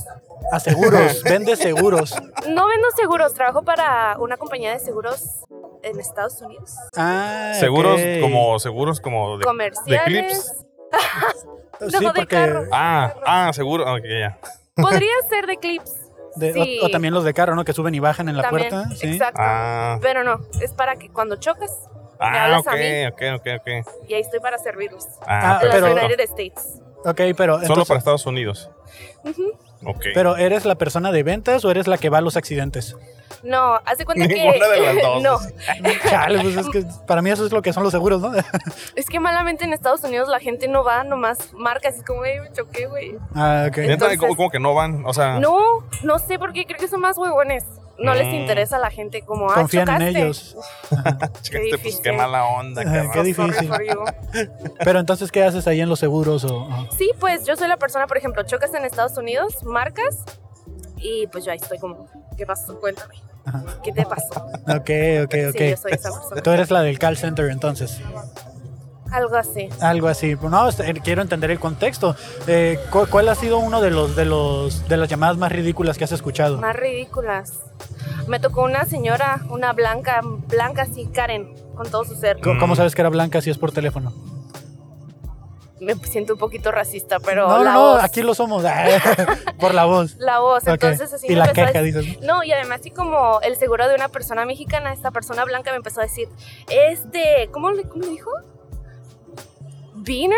A seguros. Vende seguros. No vendo seguros, trabajo para una compañía de seguros en Estados Unidos. Ah, Seguros ok. como seguros como de, de clips. Comerciales. Sí, no, de porque carro. Ah, ah, seguro. Ok, ya. Podría ser de clips. de- o- Sí. o, también los de carro, ¿no? Que suben y bajan en la también. puerta. Sí. Exacto. Ah, Pero no, es para que cuando choques, me ah hablas ok, a mí. ok, ok, ok. y ahí estoy para servirlos. Ah, Ah, En pero- los perfecto. United States. Ok, pero. Solo entonces- para Estados Unidos. Ujú. Ok. Pero eres la persona de ventas o eres la que va a los accidentes? No, hace cuenta que. Ninguna de las dos. no, Chale, pues es que para mí eso es lo que son los seguros, ¿no? es que malamente en Estados Unidos la gente no va, nomás marca así como, güey, me choqué, güey. Ah, ok. Neta, entonces- como, como que no van. O sea, No, no sé por qué, creo que son más huevones. No les Ah. Mm. interesa a la gente como, ah, Confían en chocaste. ellos. checaste, qué pues qué difícil. mala onda, Ajá, cabrón. qué So sorry difícil. for you. Pero entonces, ¿qué haces ahí en los seguros? O, o- Sí, pues yo soy la persona, por ejemplo, chocas en Estados Unidos, marcas y pues yo ahí estoy como, ¿qué pasó? Cuéntame. ¿Qué te pasó? Ok, ok, ok. Sí, yo soy esa persona. Tú eres la del call center, entonces. Algo así. Algo así. No, este, eh, quiero entender el contexto. Eh, ¿cu- ¿Cuál ha sido uno de los de los de las llamadas más ridículas que has escuchado? Más ridículas. Me tocó una señora, una blanca, blanca así, Karen, con todo su ser. Co- ¿Cómo Mm. sabes que era blanca si es por teléfono? Me siento un poquito racista, pero no, no, la no, voz. aquí lo somos. Ah, por la voz. La voz, Ok. entonces así y me la empezó a queja, decir- dices. No, y además sí como el seguro de una persona mexicana, esta persona blanca me empezó a decir, este, ¿cómo le, cómo le dijo? ¿Biner?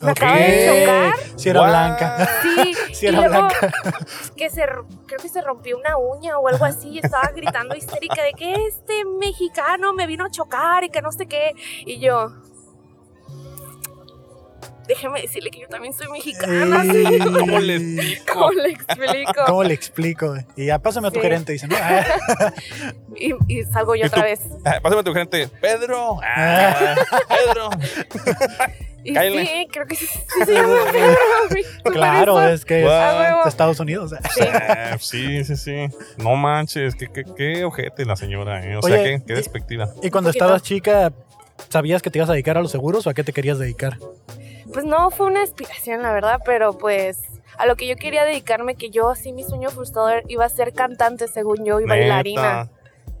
Me acaba de chocar. Si era What? blanca. Sí, Sí, y era luego blanca. que se, r- creo que se rompió una uña o algo así, y estaba gritando histérica de que este mexicano me vino a chocar y que no sé qué, y yo... Déjeme decirle que yo también soy mexicana, Ah, ¿sí? Ey. ¿Cómo les digo? ¿Cómo le explico? ¿Cómo le explico? Y ya pásame a tu Sí. gerente, dice, ¿no? Ah, Y, y salgo yo ¿Y otra tú? vez. Ah, Pásame a tu gente. Pedro. Ah, Pedro. Y Cállale. sí, creo que sí, sí se llama Pedro. mi super claro, hijo. es que es What? A Ah, huevo. de Estados Unidos. Sí. Ah, sí, sí, sí. No manches, qué, qué, qué ojete la señora, eh. O sea, Oye, qué, qué despectiva. Y cuando poquito. estabas chica, ¿sabías que te ibas a dedicar a los seguros o a qué te querías dedicar? Pues no, fue una inspiración, la verdad, pero pues a lo que yo quería dedicarme, que yo así mi sueño frustrado iba a ser cantante, según yo, y bailarina. Neta.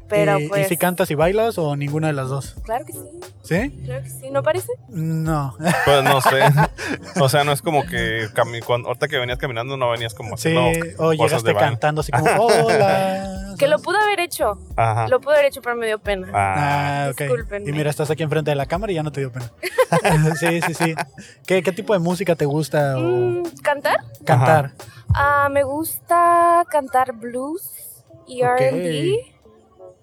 Pero ¿Y, y pues. si cantas y bailas o ninguna de las dos? Claro que sí, ¿Sí? claro que sí. ¿No parece? No. Pues no sé. O sea, no es como que cami- cuando, ahorita que venías caminando no venías como Sí, haciendo o cosas de llegaste baile. cantando así como, hola. Que lo pude haber hecho. Ajá. Lo pude haber hecho, pero me dio pena. Ah, Ah, ok. Discúlpenme. Y mira, estás aquí enfrente de la cámara y ya no te dio pena. sí, sí, sí. ¿Qué, qué tipo de música te gusta o Mm, ¿Cantar? cantar? Ah, me gusta cantar blues y Ok. RB.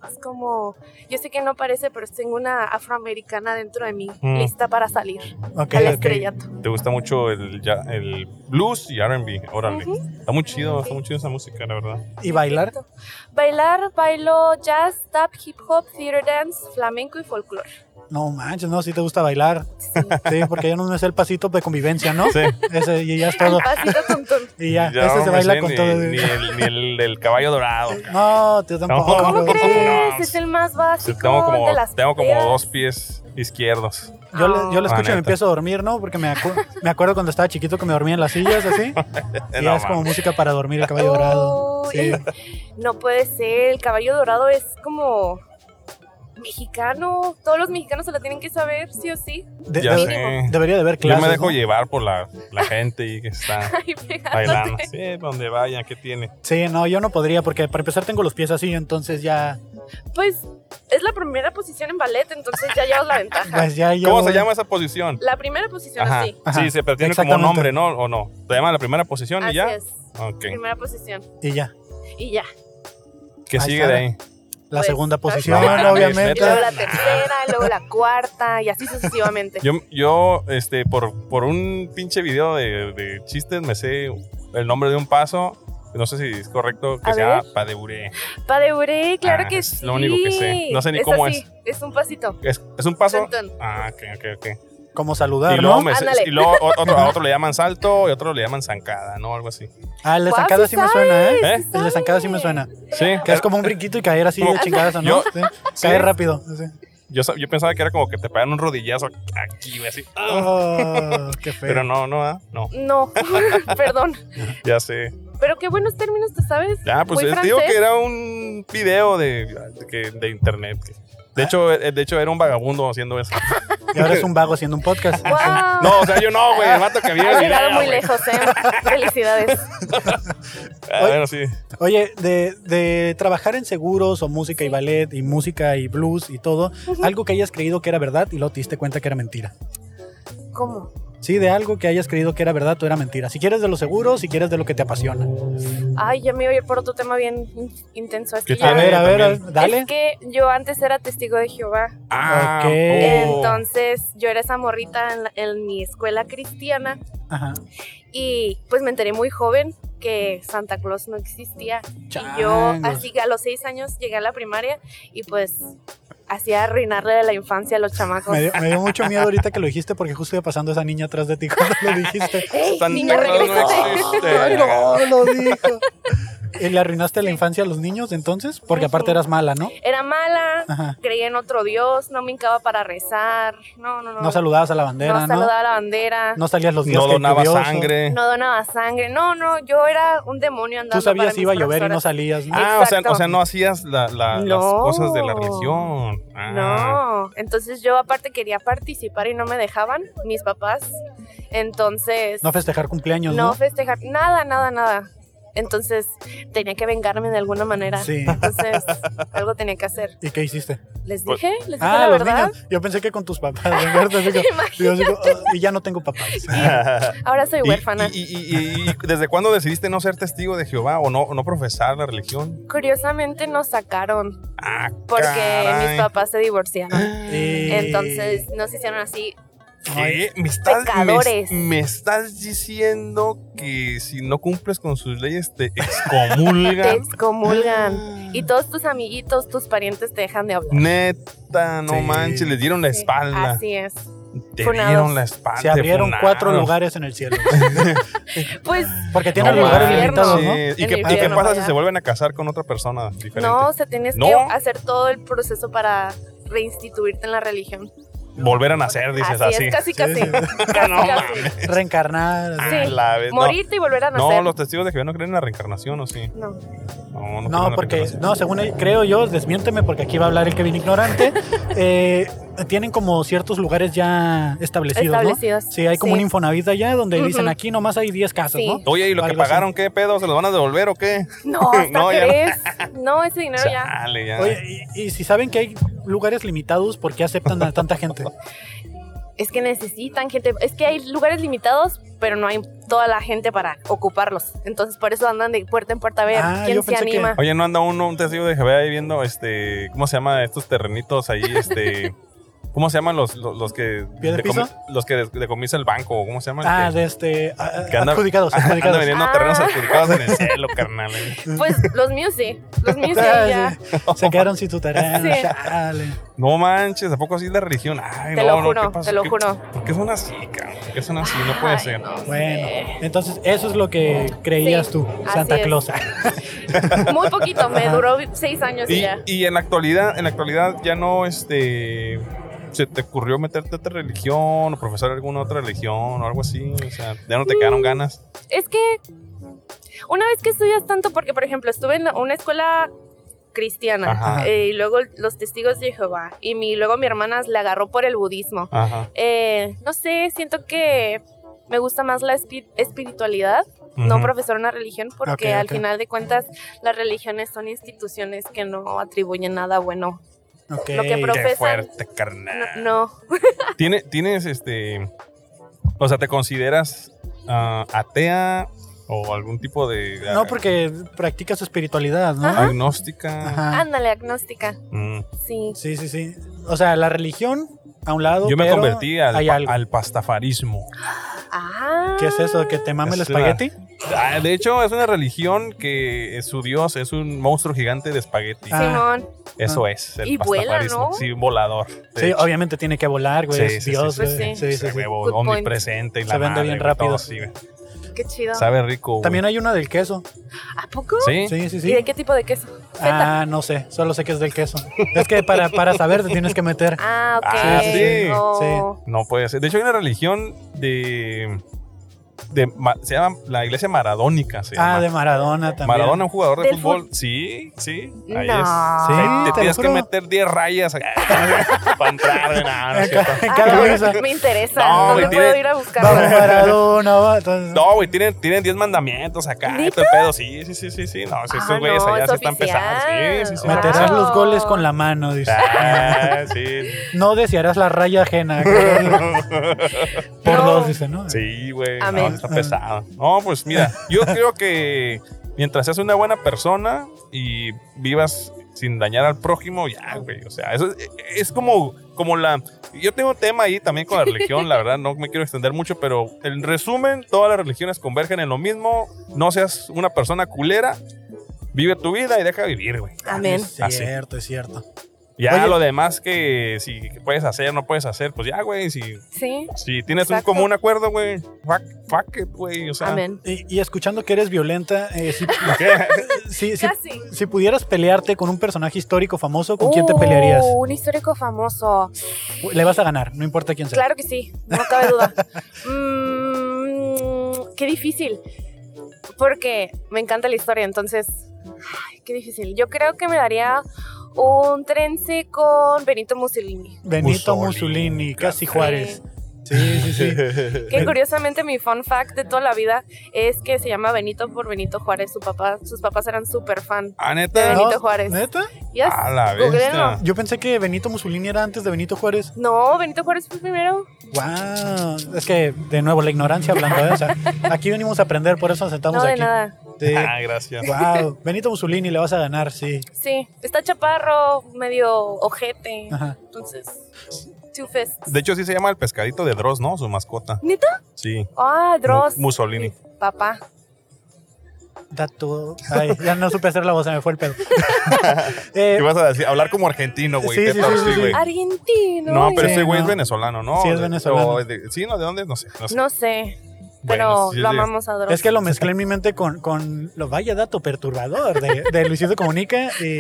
Es como, yo sé que no parece, pero tengo una afroamericana dentro de mí, Mm. lista para salir Ok, al ok. estrellato. te gusta mucho el, ya- el blues y RB. Órale. Ujú. Está muy chido, está muy chido esa música, la verdad. ¿Y bailar? Bailar, bailo jazz, tap, hip hop, theater dance, flamenco y folclore. No manches, no, sí te gusta bailar. Sí. Sí, porque ya no me sé el pasito de convivencia, ¿no? Sí. Ese, y ya es El todo. pasito tontón. Y ya, Ya ese no se me baila sé con ni, todo. Ni el, ni el del caballo dorado. No, tú tampoco. ¿Cómo ¿Cómo bro. crees? no. Es el más básico Tengo como, de las tengo como feas. dos pies izquierdos. Yo, le, yo le Ah, escucho y me neta. empiezo a dormir, ¿no? Porque me, acu- me acuerdo cuando estaba chiquito que me dormía en las sillas, así. Y No, ya es como mames. música para dormir el caballo dorado. Uy, Sí. No puede ser, el caballo dorado es como mexicano. Todos los mexicanos se lo tienen que saber, sí o sí. De- Ya de- sé. Debería de haber Yo clases. me dejo ¿no? llevar por la, la gente y que está Ay, pegándote. bailando. Sí, donde vaya, ¿qué tiene? Sí, no, yo no podría porque para empezar tengo los pies así, entonces ya... Pues es la primera posición en ballet, entonces ya llevas la ventaja. Pues ya yo ¿Cómo se llama esa posición? La primera posición Ajá. así. Ajá. Sí, se pero tiene como un Exactamente. nombre, ¿no? ¿O no? ¿Te llama la primera posición y Así ya? es. Ok. Primera posición. Y ya. Y ya. ¿Qué Ahí sigue está. de ahí? La Pues, segunda no posición, mames, Y obviamente. luego la tercera, y luego la cuarta, y así sucesivamente. Yo, yo este, por, por un pinche video de, de chistes me sé el nombre de un paso. No sé si es correcto que A se ver. llama Padeuré. Padeuré, claro Ah, que sí. es lo único que sé. No sé ni Es cómo así, es. un pasito. ¿Es, es un paso? Tontón. Ah, ok, ok, ok. Como saludar, y luego, ¿no? me- Ándale. y luego o- otro, a otro le llaman salto y otro le llaman zancada, ¿no? Algo así. Ah, el de Guau, zancada sí sí me sabes, suena, ¿eh? ¿Eh? sí El de zancada sí me sabes. suena. Sí, Que es como un brinquito y caer así de Como- chingadas, ¿no? Yo- Sí. sí. Caer rápido. sí. Yo, sa- yo pensaba que era como que te pegan un rodillazo aquí, güey, así. Ah, Oh, qué feo. Pero no, no, ah, no, No, perdón. ya sé. Pero qué buenos términos, ¿te sabes? Ya, pues Muy es- digo francés. que era un video de, de que- de internet. que- De hecho, eh, de hecho, era un vagabundo haciendo eso. Y ahora es un vago haciendo un podcast. ¡Guau! No, o sea, yo no, güey, el vato que vio Has el llegado video, muy güey. lejos, ¿eh? Felicidades. Ah, bueno, sí. Oye, de, de trabajar en seguros o música y ballet y música y blues y todo, algo que hayas creído que era verdad y luego te diste cuenta que era mentira. ¿Cómo? Sí, de algo que hayas creído que era verdad o era mentira. Si quieres de los seguros, si quieres de lo que te apasiona. Ay, ya me iba a ir por otro tema bien in- intenso. Es ¿Qué que, A tal? ya, ver, a ver, también. dale. es que yo antes era testigo de Jehová. Ah, Ok. oh. Entonces yo era esa morrita en, la- en mi escuela cristiana Ajá. y pues me enteré muy joven que Santa Claus no existía. Y yo Changos. así a los seis años llegué a la primaria y pues hacía arruinarle la infancia a los chamacos. Me dio, me dio mucho miedo ahorita que lo dijiste porque justo iba pasando esa niña atrás de ti cuando lo dijiste. ¡Ey, Santa niña, Claus no regrésate! existe. Ay, no, lo dijo. ¿Y le arruinaste la infancia a los niños entonces? Porque Ujú. aparte eras mala, ¿no? Era mala, Ajá. creía en otro dios, no me hincaba para rezar, no, no, no. No saludabas a la bandera, No ¿no? saludaba a la bandera, no. No salías los días No que donaba lluvioso. sangre. donaba sangre, no, no, yo era un demonio andando Tú para sabías si mis iba a llover y no profesoras. salías, ¿no? Ah, o sea, Exacto. o sea, no hacías la- la- las No. cosas de la religión. Ah. No, entonces yo aparte quería participar y no me dejaban mis papás. Entonces, No festejar cumpleaños, no ¿no? festejar, nada, nada, nada. Entonces tenía que vengarme de alguna manera. Sí. Entonces, algo tenía que hacer. ¿Y qué hiciste? ¿Les Pues- dije? ¿Les dije Ah, la los verdad? niños. Yo pensé que con tus papás. ¿verdad? Así que- Imagínate. yo digo, "Ah, y ya no tengo papás. Ahora soy Y- huérfana. Y, y- y- y- y- desde cuándo decidiste no ser testigo de Jehová o no, o no profesar la religión? Curiosamente nos sacaron Ah, porque caray. mis papás se divorciaron. Y- Entonces nos hicieron así. ¿Qué? ¿Me estás, Pecadores. Me, me estás diciendo que si no cumples con sus leyes te excomulgan? Te excomulgan. Y todos tus amiguitos, tus parientes te dejan de hablar. Neta, no Sí. manches, les dieron la Sí, espalda. Así es. Te funados. dieron la espalda. Se abrieron funados. cuatro lugares en el cielo. Pues Porque tienen No lugares manches. limitados, ¿no? Sí. ¿Y, En el qué, y qué infierno, pasa si vaya. se vuelven a casar con otra persona diferente? No, se tienes que No. hacer todo el proceso para reinstituirte en la religión. Volver a nacer, dices así, así. es, casi casi. Sí, sí. Casi, casi. Reencarnar. así. Sí. A la vez, no. Morirte y volver a No, nacer. los testigos de Jehová no creen en la reencarnación, ¿o sí? No. No, no, creen en No, la porque, reencarnación. no, según él- creo yo, desmiénteme porque aquí va a hablar el Kevin ignorante. eh, tienen como ciertos lugares ya establecidos, Establecidos, ¿no? Sí, hay como sí. un Infonavit allá donde dicen Ujú. aquí nomás hay 10 casas, Sí. ¿no? Oye, ¿y lo que Algo así. pagaron qué pedo? ¿Se los van a devolver o qué? No, hasta No, ya no. crees. No, ese dinero ya. Chale, ya. Oye, y, y si saben que hay lugares limitados, ¿por qué aceptan a tanta gente? Es que necesitan gente. Es que hay lugares limitados, pero no hay toda la gente para ocuparlos. Entonces por eso andan de puerta en puerta a ver Ah, yo quién se pensé que- anima. Oye, ¿no anda uno, un testigo de Jehová ahí viendo, este, ¿cómo se llama? Estos terrenitos ahí, este... ¿Cómo se llaman los, los, los que... ¿Pie de piso? decomi- Los que des- decomisa el banco, ¿cómo se llama? El Ah, que- de este, a- que anda- adjudicados, anda adjudicados. vendiendo Ah. terrenos adjudicados en el cielo, carnal. eh. Pues los míos sí. Los míos sí, Ah, ya. sí. Se quedaron sin tu tarea. Sí. chale. No manches, ¿a poco así es la religión? Ay, Te no, lo no, ¿qué juro, pasó? te lo ¿Qué- juro. ¿Por qué son así, cabrón? ¿Por qué son así? No puede Ay, ser. no Bueno, sé. entonces eso es lo que creías Sí, tú, así Santa es. Claus. Muy poquito, me duró seis años y Y, ya. y en la actualidad, en la actualidad ya no, este, se te ocurrió meterte a otra religión o profesar alguna otra religión o algo así, o sea, ya no te Mm. quedaron ganas. es que una vez que estudias tanto, porque por ejemplo estuve en una escuela cristiana Ajá. eh, y luego los testigos de Jehová y mi, luego mi hermana le agarró por el budismo. Ajá. Eh, no sé, siento que me gusta más la espi- espiritualidad, no Ujú. profesar una religión, porque Ok, al ok. final de cuentas las religiones son instituciones que no atribuyen nada bueno. Ok. Lo que Qué profesan. fuerte, carnal. No, no. ¿Tiene- tienes, este, o sea, te consideras ah, atea o algún tipo de ah, No, porque practicas espiritualidad, ¿no? Ajá. Ah, agnóstica? Ajá. ándale, agnóstica, Mm. sí. Sí, sí, sí. O sea, la religión a un lado. Yo me pero convertí al, hay pa- algo. al pastafarismo. Ah, ¿Qué es eso? ¿Que te mame el Es la- espagueti? Ah, De hecho, es una religión que su dios es un monstruo gigante de espagueti. Ah, Simón. Eso es. El Y vuela, pastafarismo. ¿no? Sí, volador. de Sí, hecho. obviamente tiene que volar, güey. Sí, es sí, Dios, sí, güey. sí. Sí, Pues sí, sí. Ese huevo Good point. omnipresente y la Se vende madre, bien güey, rápido. todo así, güey. Qué chido. Sabe rico. güey. También hay una del queso. ¿A poco? Sí. Sí, sí, ¿Y sí. de qué tipo de queso? Feta. Ah, no sé. Solo sé que es del queso. es que para, para saber te tienes que meter. Ah, ok. Ah, sí, Oh. No puede ser. De hecho, hay una religión de. de ma- se llama la iglesia maradónica. Se Ah, llama. de Maradona también. Maradona, un jugador de Del fútbol. Sí, sí. Ahí No. es. Sí, te Ahí te lo tienes que juro. meter 10 rayas para entrar. güey, No, no es cierto. En cada misa. Me interesa. No, No, güey, me puedo tiene- ir a Vamos, buscarlo. Maradona, va. Entonces, No, güey, tienen, tienen 10 mandamientos acá. ¿Neta? Todo el pedo. Sí, sí, sí, sí, sí. No, si Ah, estos güeyes no, allá es sí están oficial. pesados. Sí, sí, sí. Wow. Meterás los Wow. goles con la mano, dice. Ah, sí. No desearás la raya ajena. Por No. dos, dice, ¿no? Sí, güey. No, Amén. está pesado. No, pues mira, yo creo que mientras seas una buena persona y vivas sin dañar al prójimo, ya, güey. O sea, eso es, es como, como la. Yo tengo un tema ahí también con la religión, la verdad, no me quiero extender mucho, pero en resumen, todas las religiones convergen en lo mismo. No seas una persona culera, vive tu vida y deja vivir, güey. Amén. Es Así. cierto, es cierto. Ya Oye. lo demás que si puedes hacer, no puedes hacer, pues ya, güey. Si, Sí. si tienes Exacto. un común acuerdo, güey, fuck, fuck it, güey. O sea, Amén. Y, y escuchando que eres violenta, eh, si, si- si- Casi. si pudieras pelearte con un personaje histórico famoso, ¿con quién te pelearías? Uh, un histórico famoso. Le vas a ganar, no importa quién sea. Uh. Claro que sí, no cabe duda. Mm, qué difícil. Porque me encanta la historia, entonces. ay, qué difícil. Yo creo que me daría un trence con Benito Mussolini. Benito Mussolini, Mussolini, claro. Casi Juárez. Sí, sí, sí. Que curiosamente mi fun fact de toda la vida es que se llama Benito por Benito Juárez. Su papá, sus papás eran súper fan. Ah, De neta. Benito Juárez. ¿Neta? Yes. A la Googleenlo. bestia. Yo pensé que Benito Mussolini era antes de Benito Juárez. No, Benito Juárez fue primero. ¡Wow! Es que, de nuevo, la ignorancia hablando de esa. Aquí venimos a aprender, por eso nos sentamos No, de aquí. nada. Ah, gracias. ¡Wow! Benito Mussolini le vas a ganar, sí. Sí, está chaparro, medio ojete. Ajá. Entonces, Two Fists. De hecho, sí se llama el pescadito de Dross, ¿no? Su mascota. ¿Neta? Sí. Ah, Dross. Mu- Mussolini. Papá. Dato. Ay, ya no supe hacer la voz, se me fue el pedo. Eh, ¿Qué vas a decir? Hablar como argentino, güey. Sí, ¿Qué sí, tal? sí, sí, Sí, güey. Argentino. No, pero Sí, ese güey no. es venezolano, ¿no? Sí, es venezolano. O es de- sí, ¿no? ¿De dónde? No sé. No sé. No sé, Bueno, pero sí, lo sí. amamos a Dross. es que lo mezclé en mi mente con, con lo vaya dato perturbador de, de Luisito Comunica. y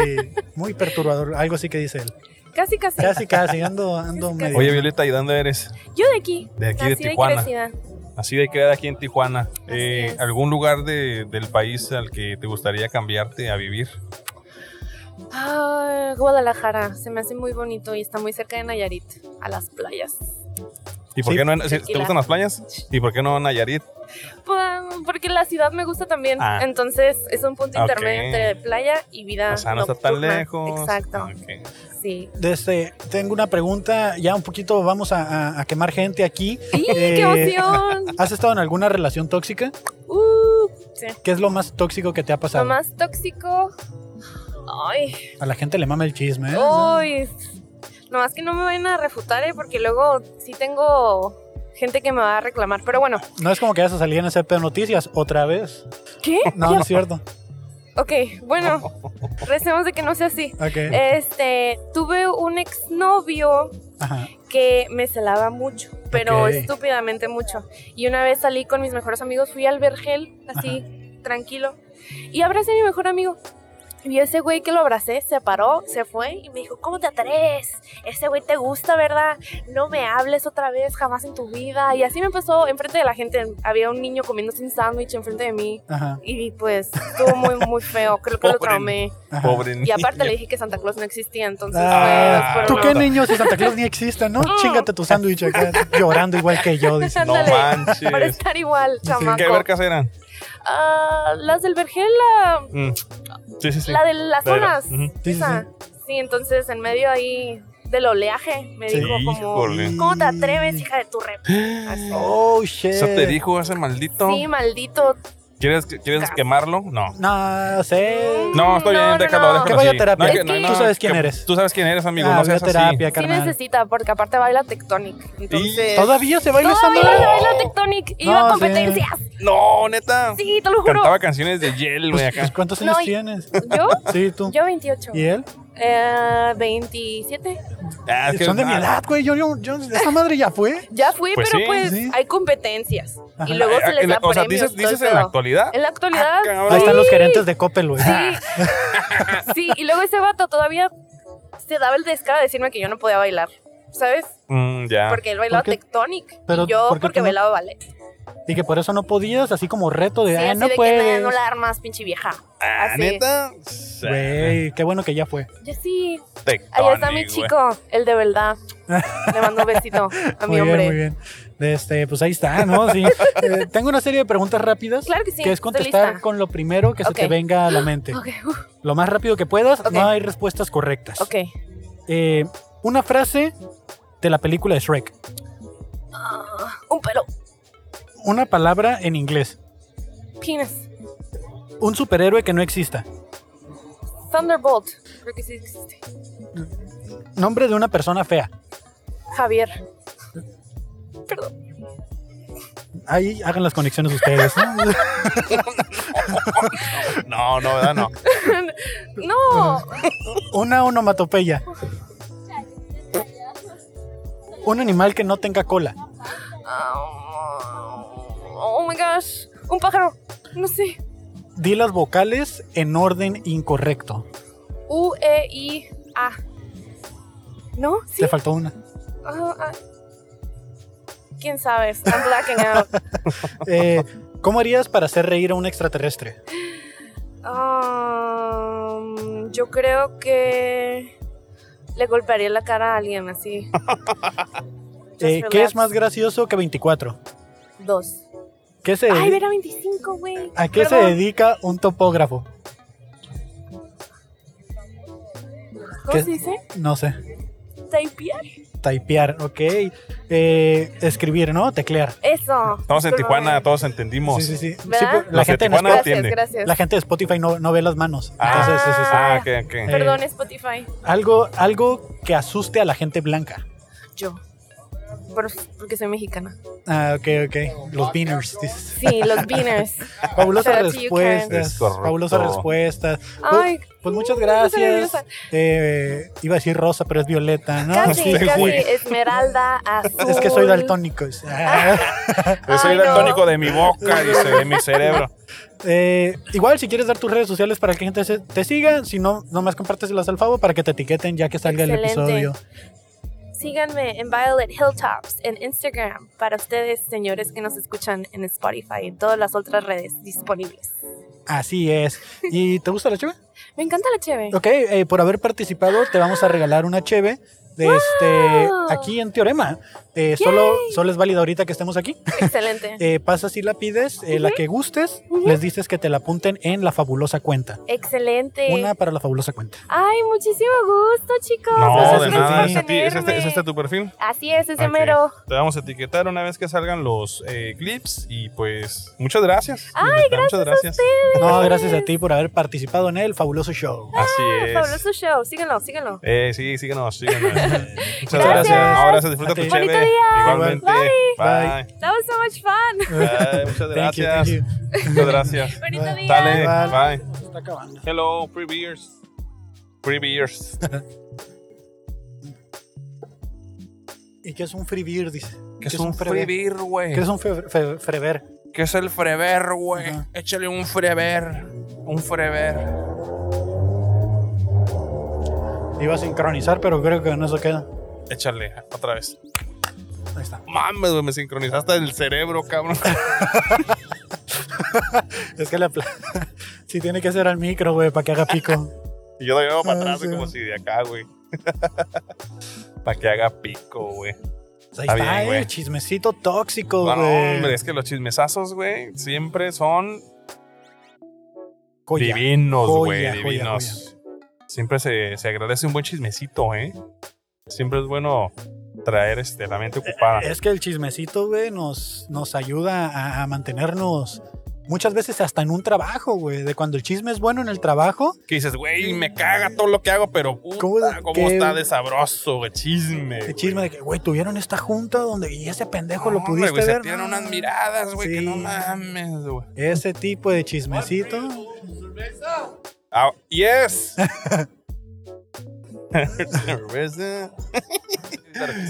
muy perturbador, algo así que dice él. Casi, casi. Casi, casi, ando, ando Casi, medio. Oye, Violeta, ¿y dónde eres? Yo de aquí. De aquí, de Nací Tijuana. crecida. Así de quedar aquí en Tijuana. Así Eh, es. ¿Algún lugar de- del país al que te gustaría cambiarte a vivir? Ah, Guadalajara. Se me hace muy bonito y está muy cerca de Nayarit, a las playas. ¿Y por Sí. qué no? en- si- ¿Te Tequila. gustan las playas? ¿Y por qué no Nayarit? Pa- Porque la ciudad me gusta también. Ah. Entonces, es un punto Ok. intermedio entre playa y vida. O sea, no está tan nocturna. lejos. Exacto. Ok. Sí. Desde, este, tengo una pregunta, ya un poquito vamos a, a- a quemar gente aquí. ¡Sí! Eh, ¡Qué emoción! ¿Has estado en alguna relación tóxica? Uh, sí. ¿Qué es lo más tóxico que te ha pasado? Lo más tóxico. Ay, A la gente le mama el chisme. ¿eh? Uy, nomás que no me vayan a refutar, ¿eh? porque luego sí tengo gente que me va a reclamar. Pero bueno, No es como que vas a salir en ese pedo noticias otra vez. ¿qué? No, no es cierto. Ok, bueno, recemos de que no sea así. Ok. Este, tuve un exnovio Ajá. que me celaba mucho, pero Ok. estúpidamente mucho. Y una vez salí con mis mejores amigos, fui al vergel, así, tranquilo, y abracé a mi mejor amigo. Y ese güey que lo abracé se paró, se fue y me dijo, ¿cómo te atreves? Ese güey te gusta, ¿verdad? No me hables otra vez, jamás en tu vida. Y así me empezó enfrente de la gente. Había un niño comiéndose un sándwich enfrente de mí. Ajá. Y pues estuvo muy, muy feo. Creo que lo Pobre traumé. ajá. Pobre Y aparte niño. le dije que Santa Claus no existía, entonces Ah, pues, ¿Tú fueron qué los- niño si Santa Claus ni existe, no? Chingate tu sándwich acá, llorando igual que yo, dice. No Ándale. Para manches. estar igual, chamaco. ¿Qué vercas eran? Ah, las del vergel, la, Mm. Sí, sí, sí. la de las La de la- zonas. Ujú. Sí, sí, esa. sí. Sí, entonces en medio ahí del oleaje me Sí, dijo como, híjole. ¿cómo te atreves, hija de tu rep? Así. Oh, shit. Eso te dijo ese maldito. Sí, maldito. ¿Quieres, quieres Ca- quemarlo? No. No sé. No, estoy No, bien, no, déjalo, no. déjalo. Que vaya así. a terapia. No, Es que- Tú sabes quién eres. Tú sabes quién eres, amigo. Ah, no ve a seas así. terapia, Sí carnal. necesita, porque aparte baila Tectonic. Entonces, ¿Todavía se baila esa Todavía madre? baila Tectonic. Iba No, a sí. competencias. No, neta. Sí, te lo juro. Cantaba canciones de Yel, güey, acá. Pues, ¿Cuántos No, años y- tienes? ¿Yo? Sí, tú. Yo 28. ¿Y él? Eh, 27. Ah, es que- pues, Son de mi ah, edad, güey. Yo, yo, yo- esa madre ya fue. Ya fui, Pues pero sí, pues sí. hay competencias. Ajá. Y luego se les Ah, en la- da o sea, premios, dices, todo dices el en la pedo. actualidad. En la actualidad. Ah, cabrón. Ahí están los gerentes de Coppel, güey. Sí, sí, y luego ese vato todavía se daba el descaro de decirme que yo no podía bailar, ¿sabes? Mm, ya. Porque él bailaba ¿por qué? tectonic Pero, y yo ¿por qué porque tú no? bailaba ballet. Sí, Y que por eso no podías, así como reto de, ah, así no de que puedes. "Nah, no la armas, pinche vieja. Ah, así. neta. Güey, qué bueno que ya fue. Yo sí. Tectonic, Allá está mi güey. chico, el de verdad. Le mando un besito a mi muy hombre. bien, muy bien. Este, pues ahí está, ¿no? Sí. Eh, tengo una serie de preguntas rápidas. Claro que sí, es estoy contestar lista. con lo primero que se te Ok. venga a la mente. Ok, uf, Lo más rápido que puedas, Ok. no hay respuestas correctas. ok. Eh, una frase de la película de Shrek. Ah, un pelo. Una palabra en inglés. Penis. Un superhéroe que no exista. Thunderbolt. Creo que sí existe. Nombre de una persona fea. Javier. Ahí hagan las conexiones ustedes. ¿no? No, no, ¿verdad? No. No. una onomatopeya. Un animal que no tenga cola. Oh my gosh. Un pájaro. No sé. Di las vocales en orden incorrecto. U, E, I, A. ¿No? Sí. Te faltó una. Ah, ah. ¿Quién sabe? I'm blacking out. Eh, ¿Cómo harías para hacer reír a un extraterrestre? Um, yo creo que le golpearía la cara a alguien así. Just Eh, ¿Qué relax. es más gracioso que 24? Dos. ¿Qué se Ay, dedi- era 25, güey. ¿A qué se Perdón. dedica un topógrafo? ¿Cómo qué- se dice? No sé. ¿Tapear? Typear, ok. Eh, escribir, ¿no? Teclear. Eso. Estamos en Discúlpame. Tijuana, todos entendimos. Sí, sí, sí. Sí, ¿Verdad? pero la, Los gente de en Tijuana Spotify, Gracias, entiende. gracias. la gente de Spotify no, no ve las manos. Ah, Entonces, sí, sí, sí. Ah, ok, ok. Eh, Perdón, Spotify. Algo, algo que asuste a la gente blanca. Yo. Por- porque soy mexicana. Ah, ok, ok. Los beaners, dices. Sí, los beaners. Fabulosas Shout out to you, Karen. respuestas. Es correcto. Fabulosas respuestas. Ay, Pues muchas me puse gracias. nerviosa. Eh, iba a decir rosa, pero es violeta, ¿no? casi, Sí, casi güey. esmeralda, azul. Es que soy daltónico. Ah. Yo soy Ay, el no. tónico de mi boca, dice, de mi cerebro. Eh, igual, si quieres dar tus redes sociales para que la gente se- te siga, si no, nomás compárteselas al Favo para que te etiqueten ya que salga Excelente. el episodio. Síganme en Violet Hilltops en Instagram para ustedes, señores que nos escuchan en Spotify y en todas las otras redes disponibles. Así es. ¿Y te gusta la cheve? Me encanta la cheve. Ok, eh, por haber participado, te vamos a regalar una cheve. de Este, ¡Wow! aquí en Teorema. Eh, solo, ¡Yay! solo es válida ahorita que estemos aquí. Excelente. Eh, pasas y la pides, eh, la que gustes, Ujú. les dices que te la apunten en la fabulosa cuenta. Excelente. Una para la fabulosa cuenta. Ay, muchísimo gusto, chicos. No, Gracias, de Muchas gracias por nada. Es, a ti. ¿Es este, tenerme. ¿Es este tu perfil? Así es, ese Ok. mero. Te vamos a etiquetar una vez que salgan los eh, clips y pues muchas gracias. Ay, De verdad, Muchas gracias. No, gracias a ti por haber participado en el fabuloso show. Así es. Ah, Fabuloso show. Síganlo, síganlo. Eh, sí, síguenos, síguenos. Muchas gracias. Gracias. No, gracias, disfruta A ti. tu chévere. Bonito día. Igualmente. Bye. Bye. That was so much fun. Bye. Thank Muchas you, thank gracias. you. Muchas gracias. Bonito Bye. día. Dale, bye. Se está acabando. Hello, free beers. Free beers. ¿Y qué es un free beer? Dice. Que es un free freber? beer, güey. ¿Qué es un fe- fe- freber? Que es el freber, güey? Ajá. Échale un freber. Un freber. Iba a sincronizar, pero creo que no eso queda. Échale, otra vez. Ahí está. Mames, güey, me sincronizaste el cerebro, cabrón. Es que la pla- sí tiene que ser al micro, güey, para que haga pico. Y yo lo llevo para Ah, atrás, güey, sí. como si de acá, güey. para que haga pico, güey. Ahí Está está, bien, eh, güey. chismecito tóxico, No, güey. no, hombre, es que los chismesazos, güey, siempre son Coya. divinos, Joya, güey, joya, divinos. Siempre se, se agradece un buen chismecito, ¿eh? Siempre es bueno traer este, la mente ocupada. Es que el chismecito, güey, nos, nos ayuda a, a mantenernos Muchas veces hasta en un trabajo, güey. De cuando el chisme es bueno en el trabajo, Que dices, güey, me caga todo lo que hago, pero puta, ¿Cómo- ¿cómo, qué- está de sabroso, güey, chisme. el chisme de que, güey, tuvieron esta junta donde y ese pendejo lo No, pudiste güey, ver. Se tiran ¿no? unas miradas, güey, que no Sí. mames, güey. Ese tipo de chismecito. Ah, yes. Cerveza.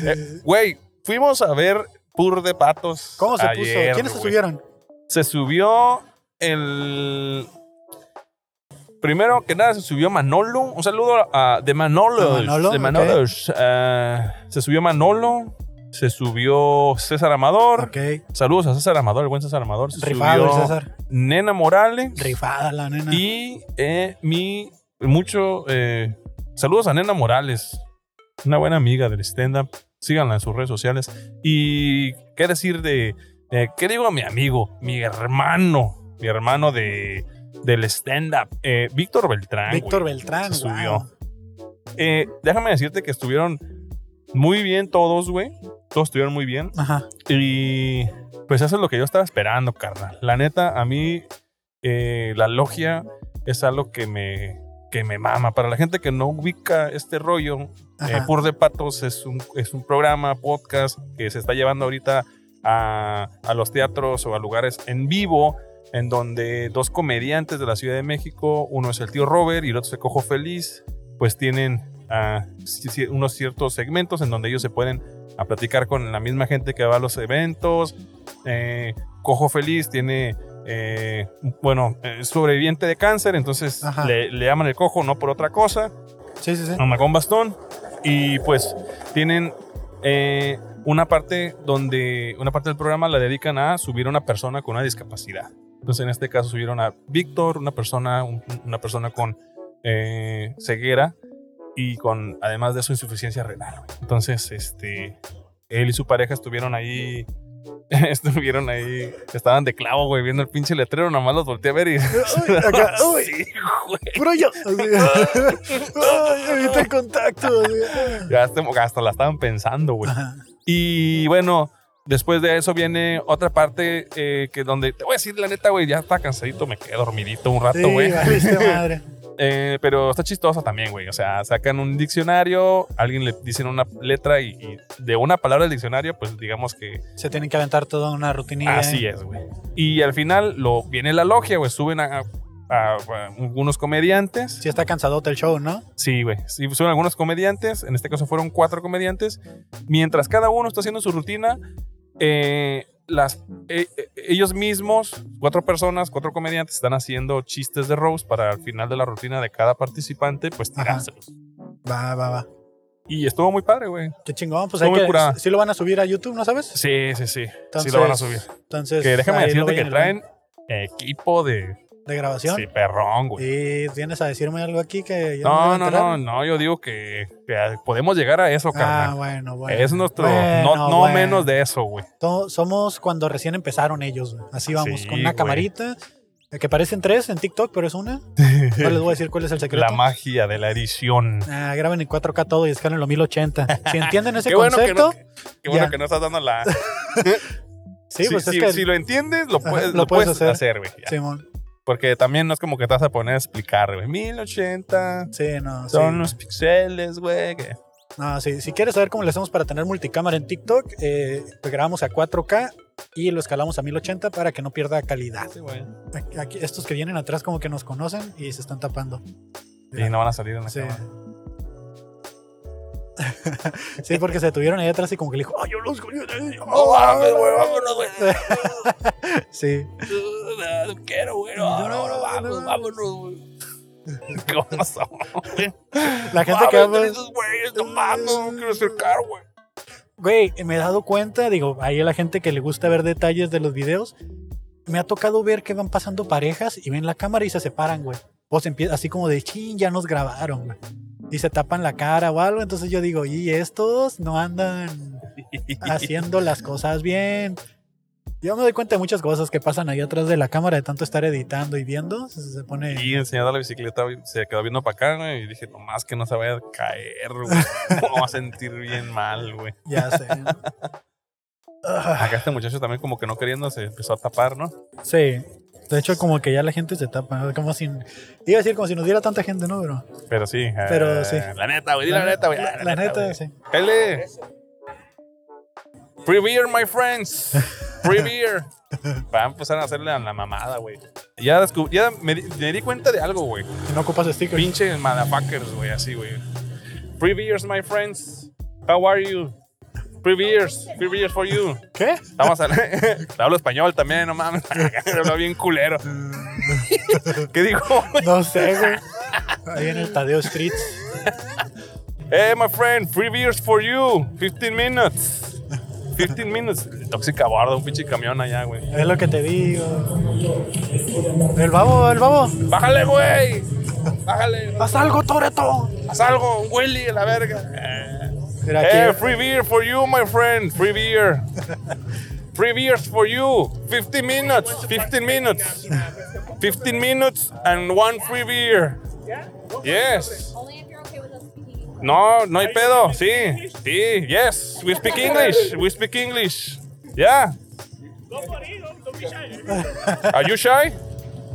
Eh, Güey, fuimos a ver Pur de Patos. ¿Cómo se ayer, puso? ¿Quiénes se güey. subieron? Se subió el. Primero que nada, se subió Manolo. Un saludo a, de Manolo. ¿De Manolo? De Manolo. Ah, se subió Manolo. Se subió César Amador. Ok. Saludos a César Amador, el buen César Amador. Se Rifado el subió César. Nena Morales. Rifada la nena. Y eh, mi. Mucho. eh, saludos a Nena Morales. Una buena amiga del stand-up. Síganla en sus redes sociales. Y qué decir de. eh, ¿Qué digo a mi amigo? Mi hermano. Mi hermano de. Del stand-up. eh, Víctor Beltrán. Víctor güey. Beltrán, Se wow. subió. Eh, déjame decirte que estuvieron muy bien todos, güey. Todos estuvieron muy bien. Ajá. Y pues eso es lo que yo estaba esperando, carnal. La neta, a mí eh, la logia es algo que me, que me mama. Para la gente que no ubica este rollo, eh, Ajá. Pur de Patos es un, es un programa, podcast que se está llevando ahorita a, a los teatros o a lugares en vivo, en donde dos comediantes de la Ciudad de México, uno es el tío Robert y el otro es el Cojo Feliz, pues tienen ah, ci- ci- unos ciertos segmentos en donde ellos se pueden a platicar con la misma gente que va a los eventos. Eh, Cojo Feliz tiene, eh, bueno, eh, sobreviviente de cáncer, entonces Ajá. le, le llaman el cojo, no por otra cosa Sí, sí, sí. mamá con bastón. Y pues tienen eh, una parte donde una parte del programa la dedican a subir a una persona con una discapacidad. Entonces en este caso subieron a Víctor, una persona, un- una persona con eh, ceguera y con además de su insuficiencia renal. güey. Entonces este él y su pareja estuvieron ahí. Estuvieron ahí, estaban de clavo, güey, viendo el pinche letrero, nomás los volteé a ver y. Uy, acá, uy. Puro yo. Ay, Evita el contacto. Ya hasta, hasta la estaban pensando, güey. Ajá. Y bueno, después de eso viene otra parte eh, que donde te voy a decir la neta, güey, ya está cansadito, me quedé dormidito un rato, Sí, güey. valiste madre. Eh, pero está chistosa también, güey. O sea, sacan un diccionario, alguien le dicen una letra y, y de una palabra del diccionario, pues digamos que Se tienen que aventar toda una rutinilla. ¿eh? así es, güey. Y al final lo viene la logia, güey. Suben a, a- a algunos comediantes. Sí está cansadote el show, ¿no? Sí, güey. Sí, son algunos comediantes. En este caso fueron cuatro comediantes. Mientras cada uno está haciendo su rutina, eh, las, eh, eh, ellos mismos, cuatro personas, cuatro comediantes, están haciendo chistes de Rose para al final de la rutina de cada participante, pues Ajá. tirárselos. Va, va, va. Y estuvo muy padre, güey. Qué chingón. Pues Estuvo hay muy que, curada. sí lo van a subir a YouTube, ¿no sabes? Sí, sí, sí. sí Entonces, lo van a subir. Entonces, Que déjame ahí lo decirte ven que en el- traen equipo de... de grabación. Sí, perrón, güey. Y vienes a decirme algo aquí que yo me iba No, no, a no, enterar? no, yo digo que, que podemos llegar a eso, Ah, carnal. bueno, bueno. es nuestro, Bueno, no, no bueno. menos de eso, güey. To- Somos cuando recién empezaron ellos. güey. Así vamos, Sí, con una güey. camarita. eh, Que parecen tres en TikTok, pero es una. No les voy a decir cuál es el secreto. La magia de la edición. Ah, graben en 4K todo y escalen lo 1080. Si entienden ese Qué bueno que concepto, no, qué bueno ya. que no estás dando la. sí, si, pues es si- que. si lo entiendes, lo puedes, lo lo puedes puedes hacer. hacer, güey. ya. Simón. Porque también no es como que te vas a poner a explicar, güey. 1080 Sí, no. son sí. los pixeles, güey. que- No, sí, si quieres saber cómo le hacemos para tener multicámara en TikTok, eh, pues grabamos a 4K y lo escalamos a 1080 para que no pierda calidad. ah, Sí, güey. Aquí- aquí- estos que vienen atrás como que nos conocen y se están tapando. Y no van a salir en la Sí. cámara. Sí, porque se tuvieron ahí atrás y como que le dijo, ¡ay, yo los conozco". No Oh, mames, güey, vámonos, güey. Sí. No quiero, güey. No, no, no, vamos, vámonos, güey. ¿Cómo son? La gente que va- esos güeyes, no mames, no quiero acercar, güey. Güey, me he dado cuenta, digo, ahí a la gente que le gusta ver detalles de los videos, me ha tocado ver que van pasando parejas y ven la cámara y se separan, güey. O se empieza así como de, ching, ya nos grabaron, güey. Y se tapan la cara o algo, entonces yo digo, y estos no andan haciendo las cosas bien. Yo me doy cuenta de muchas cosas que pasan ahí atrás de la cámara, de tanto estar editando y viendo, se, se pone... Y enseñando la bicicleta, güey, se quedó viendo para acá, güey, Y dije, nomás que no se vaya a caer, güey. Me va a sentir bien mal, güey. Ya sé. Ah, Acá este muchacho también como que no queriendo se empezó a tapar, ¿no? sí. De hecho, como que ya la gente se tapa. Como si. Iba a decir como si nos diera tanta gente, ¿no? Pero. Pero sí. eh, Pero sí. La neta, güey. di La, neta, güey. La, la neta, güey. sí. L. Free beer, my friends. Free beer. Van a empezar a hacerle a la mamada, güey. Ya, descub- ya me, di- me di cuenta de algo, güey. No ocupas stickers. Pinche motherfuckers, güey, así, güey. Free beers, my friends. How are you? Free beers. Free beers for you. ¿Qué? Estamos a... Hablo español también, no mames. Hablo bien culero. ¿Qué dijo? No sé, güey. Ahí en el Tadeo Streets. Hey, Eh, my friend, free beers for you. 15 minutes. 15 minutes. Tóxica borda, un pinche camión allá, güey. Es lo que te digo. El babo, el babo. Bájale, güey. Bájale. ¡Haz algo, Toreto! Haz algo, un Willy, a la verga. Eh. Mira, Hey, aquí, free beer for you, my friend. Free beer. Free beers for you. 15 minutes. 15 minutes. 15 minutes and one free beer. Yes. Only if you're okay with us speaking. No, no hay pedo. Sí. Sí. Yes. We speak English. We speak English. Yeah. Are you shy?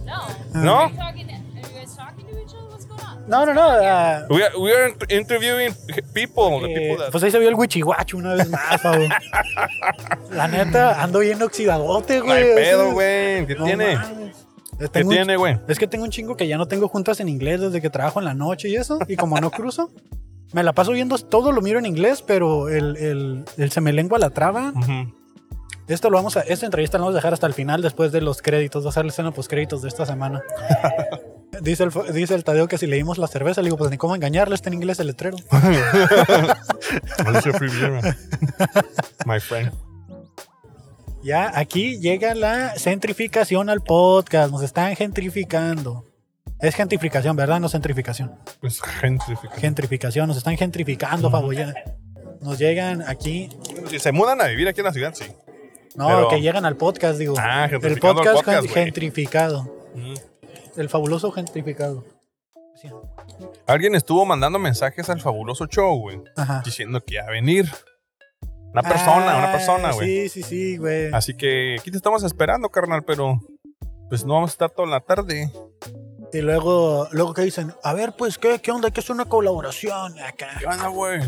No. No? Are you, talking to, are you guys talking to each other? What's going on? no, no, no. ah, We are, we are int- interviewing people. The eh, people that. pues ahí se vio el huichihuacho una vez más, babo. La neta, ando bien oxidadote, No güey. hay así. pedo, güey. ¿Qué No tiene? mames. ¿Qué Tengo un- tiene, güey? Es que tengo un chingo que ya no tengo juntas en inglés desde que trabajo en la noche y eso. Y como no cruzo, me la paso viendo todo, lo miro en inglés, pero el, el, el se me lengua la traba. Ujú. Esto lo vamos a, esta entrevista la vamos a dejar hasta el final después de los créditos. Va a ser la escena postcréditos de esta semana. dice, el, fo- dice el Tadeo que si leímos la cerveza, le digo, pues ni cómo engañarle, está en inglés el letrero. Alicia Free Beer, man. My friend. ya aquí llega la centrificación al podcast. Nos están gentrificando. Es gentrificación, ¿verdad? No centrificación. Es gentrificación. gentrificación, nos están gentrificando, Fabo, ya. Nos llegan aquí, ¿Se mudan a vivir aquí en la ciudad? Sí. no, Pero- que llegan al podcast, digo. Ah, el gentrificando al podcast, podcast, gen- güey. gentrificado, Mm. el fabuloso gentrificado. Sí. Alguien estuvo mandando mensajes al fabuloso show, güey. Ajá. Diciendo que iba a venir. Una persona, una Ah, persona, Sí, güey. sí, sí, güey. Así que aquí te estamos esperando, carnal, pero pues no vamos a estar toda la tarde. Y luego, luego que dicen, a ver, pues, ¿qué, qué onda? ¿Qué es una colaboración acá? ¿Qué onda, güey?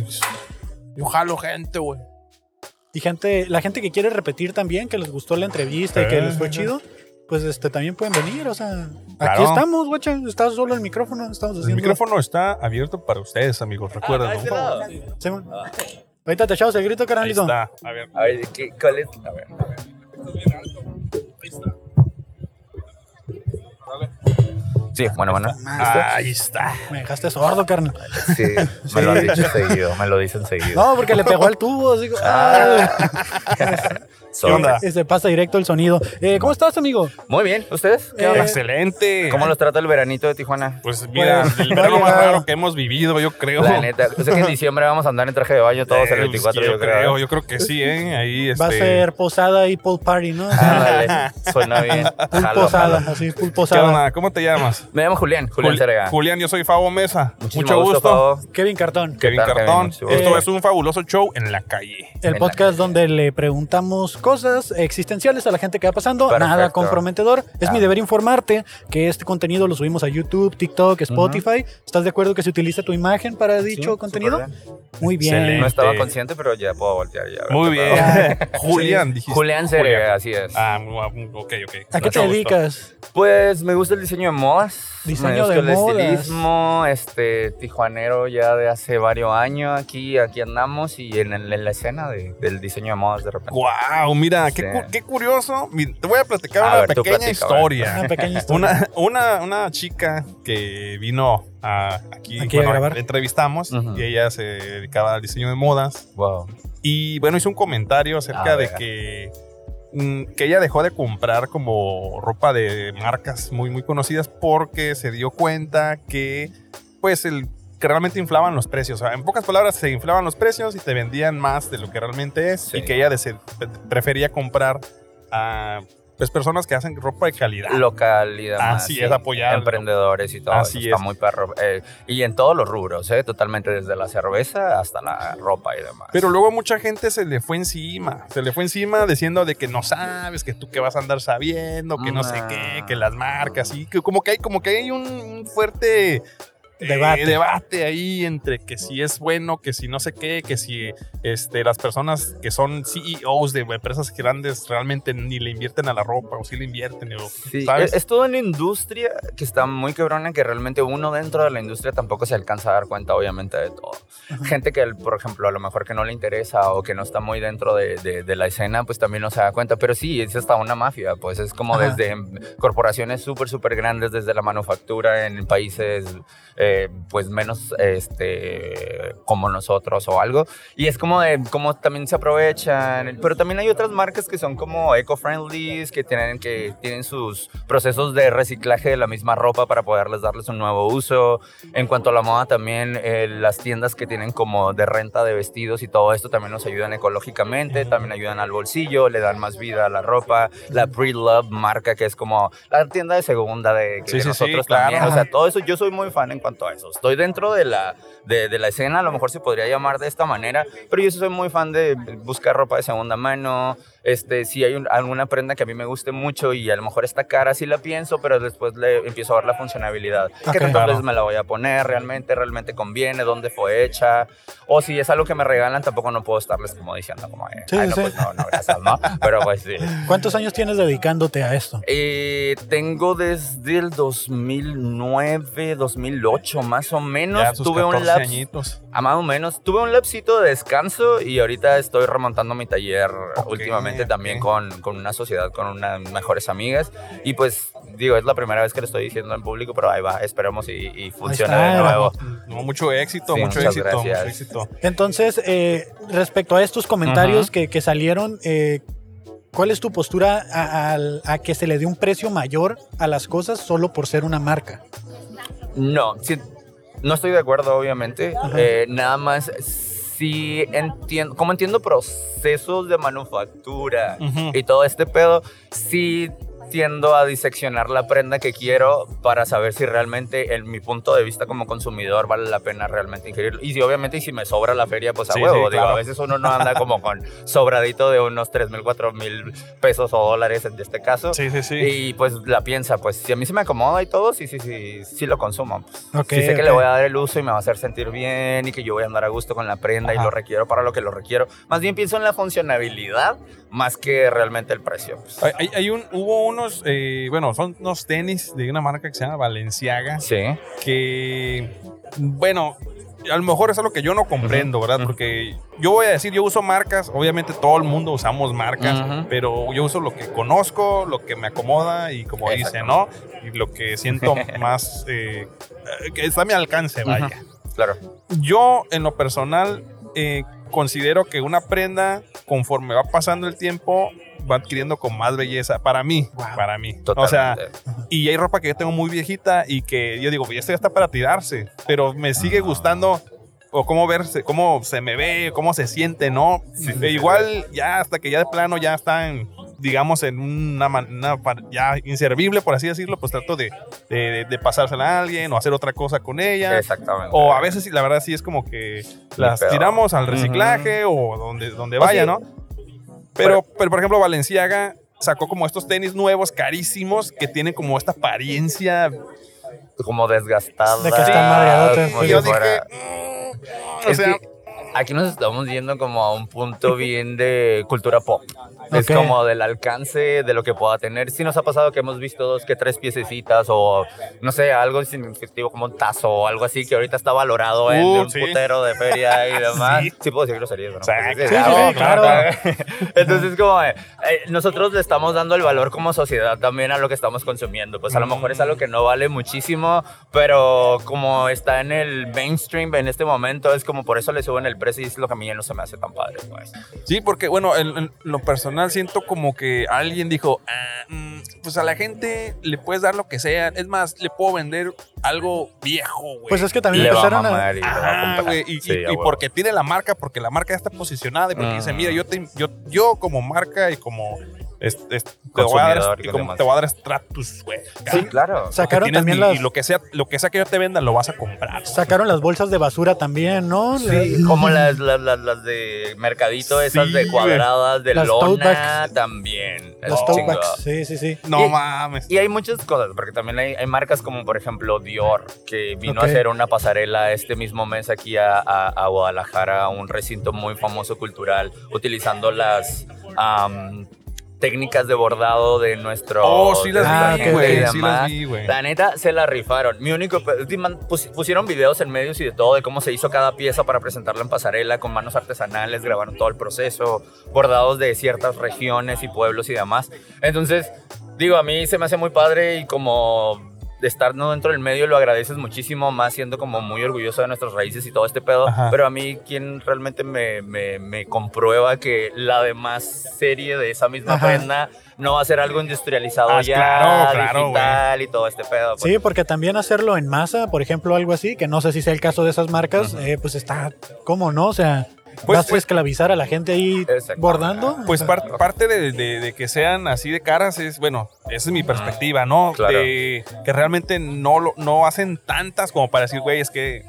Yo jalo gente, güey. Y gente, la gente que quiere repetir también, que les gustó la entrevista y que Eh. les fue chido, pues este también pueden venir, o sea, aquí Claro. estamos, güey, está solo el micrófono, estamos El haciendo... micrófono está abierto para ustedes, amigos. Recuerden, por favor. Sí, man. Ahorita te echamos el grito, Ahí carnalito. está. A ver. A ver, ¿qué, ¿cuál es? A ver, a ver. Sí, bueno, bueno. Ahí está. Me dejaste sordo, carnal. Sí, me lo han dicho seguido, me lo dicen seguido. No, porque le pegó al tubo. Así, como, ah, Sorry. ¿Qué onda? y se pasa directo el sonido. Eh, ¿Cómo estás, amigo? Muy bien, ¿ustedes? ¿Qué Eh, onda? Excelente. ¿Cómo los trata el veranito de Tijuana? Pues mira, Pues, el verano no más llegaba. raro que hemos vivido, yo creo. La neta, yo sé que en diciembre vamos a andar en traje de baño todos Eh, el 24, yo, creo, ¿eh? yo creo que sí, ¿eh? Ahí este, Va a ser posada y pool party, ¿no? Ah, vale, suena bien. Pool Jalo, posada, jalo. así, pool ¿qué posada. onda? ¿Cómo te llamas? Me llamo Julián, Julián Juli- Sarega. Julián, yo soy Fabo Mesa. Muchísimo Mucho gusto. Pavo. Kevin Cartón, Kevin tal, Kevin? Cartón. Mucho Esto gusto. es un fabuloso show en la calle. el en podcast donde le preguntamos cosas existenciales a la gente que va pasando, nada Perfecto. Ah. comprometedor. Es mi deber informarte que este contenido lo subimos a YouTube, TikTok, Spotify. ¿Estás de acuerdo que se utiliza tu imagen para dicho Sí, contenido? súper bien. Muy bien. Excelente. No estaba Este- consciente, pero ya puedo voltear. Ya, Muy bien. ¿verdad? Ah, Julián, dijiste. Julián Sarega, así es. Ah, mu- ah, mu- ok, ok. ¿A qué Mucho te gusto. dedicas? Pues me gusta el diseño de modas. Diseño me gusta de el modas. estilismo, este tijuanero ya de hace varios años. Aquí, aquí andamos y en, el- en la escena de- del diseño de modas de repente. Wow, mira, qué, Sí. cu- qué curioso. Mi- Te voy a platicar A una ver, tú pequeña platica, a ver. historia. Una pequeña historia. Una, una, una chica que vino a- aquí, Aquí a bueno, grabar. la entrevistamos Ujú. y ella se dedicaba al diseño de modas. Wow. Y bueno, hizo un comentario acerca A de ver. que, mm, que ella dejó de comprar como ropa de marcas muy, muy conocidas porque se dio cuenta que, pues, el, que realmente inflaban los precios. O sea, en pocas palabras, se inflaban los precios y te vendían más de lo que realmente es. Sí. Y que ella dese- pre- prefería comprar ah, pues personas que hacen ropa de calidad. localidad más, Así sí. es, apoyar. Emprendedores y todo. Así eso. Está es. muy perro. eh, y en todos los rubros, eh, totalmente desde la cerveza hasta la ropa y demás. Pero luego mucha gente se le fue encima, se le fue encima diciendo de que no sabes, que tú que vas a andar sabiendo, que no sé Ah. qué, que las marcas, y que como que hay, como que hay un, un fuerte eh, Debate. debate ahí entre que si es bueno, que si no sé qué, que si este, las personas que son CEOs de empresas grandes realmente ni le invierten a la ropa o si le invierten. o- Sí, e ¿sabes? es, es toda una industria que está muy quebrona que realmente uno dentro de la industria tampoco se alcanza a dar cuenta obviamente de todo. Gente que, por ejemplo, a lo mejor que no le interesa o que no está muy dentro de, de- de la escena, pues también no se da cuenta. Pero sí, es hasta una mafia, pues es como Ajá. desde em, corporaciones súper, súper grandes, desde la manufactura en países eh, pues menos este, como nosotros o algo. Y es como de cómo también se aprovechan. Pero también hay otras marcas que son como eco-friendly, que tienen, que tienen sus procesos de reciclaje de la misma ropa para poderles darles un nuevo uso. En cuanto a la moda, también eh, las tiendas que tienen como de renta de vestidos y todo esto también nos ayudan ecológicamente, también ayudan al bolsillo, le dan más vida a la ropa. La Pre-Love marca, que es como la tienda de segunda de, que Sí, de sí, sí, nosotros claro. también. O sea, todo eso, yo soy muy fan en cuanto a eso. Estoy dentro de la de, de la escena, a lo mejor se podría llamar de esta manera, pero yo sí soy muy fan de buscar ropa de segunda mano, este, si hay un- alguna prenda que a mí me guste mucho y a lo mejor está cara, sí la pienso, pero después le empiezo a ver la funcionalidad. Ok. ¿Qué tantas Claro. veces me la voy a poner? ¿Realmente, realmente conviene? ¿Dónde fue hecha? O si es algo que me regalan, tampoco no puedo estarles como diciendo, como, eh, Sí, "Ay, no, sí. pues no, no, gracias, ¿no? Pero pues sí. ¿Cuántos años tienes dedicándote a esto? Eh, tengo desde el 2009, 2008 más o menos. Ya sus Tuve un 14 lapso. añitos. Ah, más o menos. Tuve un lapsito de descanso y ahorita estoy remontando mi taller Ok, últimamente ok. también con, con una sociedad, con unas mejores amigas. Y pues, digo, es la primera vez que lo estoy diciendo en público, pero ahí va, esperemos y, y funcione está, de nuevo. No, mucho éxito, Sí, mucho muchas éxito, mucho gracias. éxito. Entonces, eh, respecto a estos comentarios Ujú. que, que salieron, eh, ¿cuál es tu postura a, al- a que se le dé un precio mayor a las cosas solo por ser una marca? No, sí, no estoy de acuerdo, obviamente. Ajá. Eh, nada más, sí entiendo, como entiendo procesos de manufactura Ujú. y todo este pedo, sí tiendo a diseccionar la prenda que quiero para saber si realmente en mi punto de vista como consumidor vale la pena realmente ingerirlo. Y si obviamente y si me sobra la feria, pues a Sí, sí, huevo, digo, claro. a veces uno no anda como con sobradito de unos 3 mil, 4 mil pesos o dólares en este caso. Sí, sí, sí. Y pues la piensa, pues si a mí se me acomoda y todo, sí, sí, sí, sí lo consumo. Pues, Ok, sí sé que ok. le voy a dar el uso y me va a hacer sentir bien y que yo voy a andar a gusto con la prenda Ajá. y lo requiero para lo que lo requiero. Más bien pienso en la funcionalidad más que realmente el precio. pues. Hay, hay- hay un, hubo unos, eh, bueno, son unos tenis de una marca que se llama Valenciaga, Sí. que, bueno, a lo mejor es algo que yo no comprendo, ¿verdad? Porque yo voy a decir, yo uso marcas, obviamente todo el mundo usamos marcas, Ujú. pero yo uso lo que conozco, lo que me acomoda y como dice, ¿no? Y lo que siento más, eh, que está a mi alcance, vaya. Claro. Yo, en lo personal, eh, considero que una prenda, conforme va pasando el tiempo, va adquiriendo con más belleza. Para mí, Wow. para mí. O sea, Totalmente. y hay ropa que yo tengo muy viejita y que yo digo, "Pues, esto ya está para tirarse, pero me sigue gustando. O cómo verse, cómo se me ve, cómo se siente, ¿no? E igual ya hasta que ya de plano ya está en, digamos, en una, man- una par- ya inservible, por así decirlo, pues trato de, de, de- de pasársela a alguien o hacer otra cosa con ella. Exactamente. O a veces, sí, la verdad, sí es como que las pedo. tiramos al reciclaje o donde, donde O vaya, sí. ¿no? Pero, pero, por ejemplo, Valenciaga sacó como estos tenis nuevos, carísimos, que tienen como esta apariencia. Como desgastada. De que está madreadote. como Pues Y si yo fuera- dije, "Mm, mm", o Es sea, que aquí nos estamos yendo como a un punto bien de cultura pop. Es Ok. como del alcance de lo que pueda tener. Sí nos ha pasado que hemos visto dos que tres piececitas o no sé, algo significativo como un tazo o algo así que ahorita está valorado en Uh, un sí. putero de feria y demás. Sí. Sí, puedo decir groserías, ¿no? Exacto. Pues Sí, sí, ah, sí, claro. Entonces como eh, eh, nosotros le estamos dando el valor como sociedad también a lo que estamos consumiendo. Pues a lo mejor es algo que no vale muchísimo, pero como está en el mainstream en este momento, es como por eso le suben el precio y es lo que a mí ya no se me hace tan padre. Pues. sí, porque, bueno, en, en lo personal siento como que alguien dijo, "Ah, mm, pues a la gente le puedes dar lo que sea. Es más, le puedo vender algo viejo, güey. Pues es que también Le va a empezaron a... mamar y le va a Ajá, Ah, comprar. Ah, güey, y, y- Sí, a y huevo. porque tiene la marca, porque la marca ya está posicionada y porque dice, Mm. mira, yo, te- yo, yo como marca y como es- es- te, voy a dar, Consumidor y como- demás. te voy a dar estatus, güey. Sí, claro. Sacaron Tienes también mi- las, Y lo que, sea, lo que sea que yo te venda, lo vas a comprar. güey. sacaron las bolsas de basura también, ¿no? Sí, como las, las, las, las de mercadito, esas Sí, de cuadradas, de Las tote lona, bags. también. Las Es tote chingado. bags, sí, sí, sí. No Y- mames. Y hay muchas cosas, porque también hay, hay marcas como, por ejemplo, Dior, que vino Ok. a hacer una pasarela este mismo mes aquí a, a- a Guadalajara, un recinto muy famoso cultural, utilizando las am, técnicas de bordado de nuestro. Oh, sí las Ah, vi, ok, güey. ok. Sí las vi, güey. La neta, se la rifaron. Mi único... pe- di- man- pus- Pusieron videos en medios y de todo, de cómo se hizo cada pieza para presentarla en pasarela, con manos artesanales, grabaron todo el proceso, bordados de ciertas regiones y pueblos y demás. Entonces, digo, a mí se me hace muy padre y como de estar ¿no? dentro del medio lo agradeces muchísimo, más siendo como muy orgulloso de nuestras raíces y todo este pedo. Ajá. Pero a mí, quien realmente me, me- me comprueba que la demás serie de esa misma Ajá. prenda no va a ser algo industrializado Ah, ya, claro, claro, güey. digital y todo este pedo. pues. Sí, porque también hacerlo en masa, por ejemplo, algo así, que no sé si sea el caso de esas marcas, eh, pues está, ¿cómo no? O sea, Pues, vas a eh, esclavizar a la gente ahí Exacto. bordando. Pues O sea, par- parte de, de- de que sean así de caras es, bueno, esa es mi perspectiva, ¿no? Claro. De que realmente no, lo- no hacen tantas como para decir, güey, es que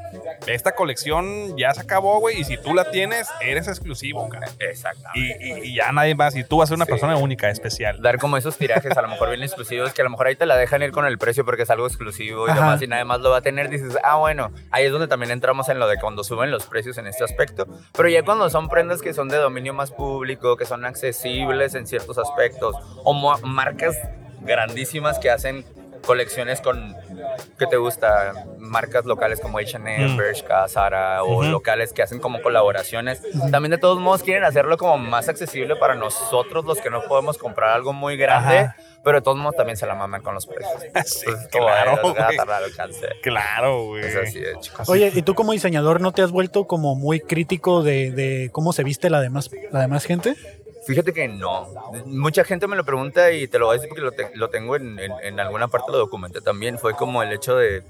esta colección ya se acabó, güey, y si tú la tienes, eres exclusivo, cara. Exactamente. Y, y- y ya nadie más, y tú vas a ser una Sí. persona única, especial. Dar como esos tirajes, a lo mejor bien exclusivos, que a lo mejor ahí te la dejan ir con el precio porque es algo exclusivo y Ajá. demás, y nada más lo va a tener. Dices, ah, bueno, ahí es donde también entramos en lo de cuando suben los precios en este aspecto. Pero ya cuando son prendas que son de dominio más público, que son accesibles en ciertos aspectos, o mo- marcas grandísimas que hacen colecciones con que te gusta marcas locales como H&M, Mm. Bershka, Zara o Ujú. locales que hacen como colaboraciones. También de todos modos quieren hacerlo como más accesible para nosotros los que no podemos comprar algo muy grande, Ajá. pero de todos modos también se la maman con los precios. Sí, Entonces, como, claro, ay, los va a güey. tardar el alcance. Claro, güey. Es así de chicos. Oye, ¿y tú como diseñador no te has vuelto como muy crítico de, de cómo se viste la demás, la demás gente? Fíjate que no. Mucha gente me lo pregunta y te lo voy a decir porque lo, te- lo tengo en, en- en alguna parte, lo documenté también. Fue como el hecho de...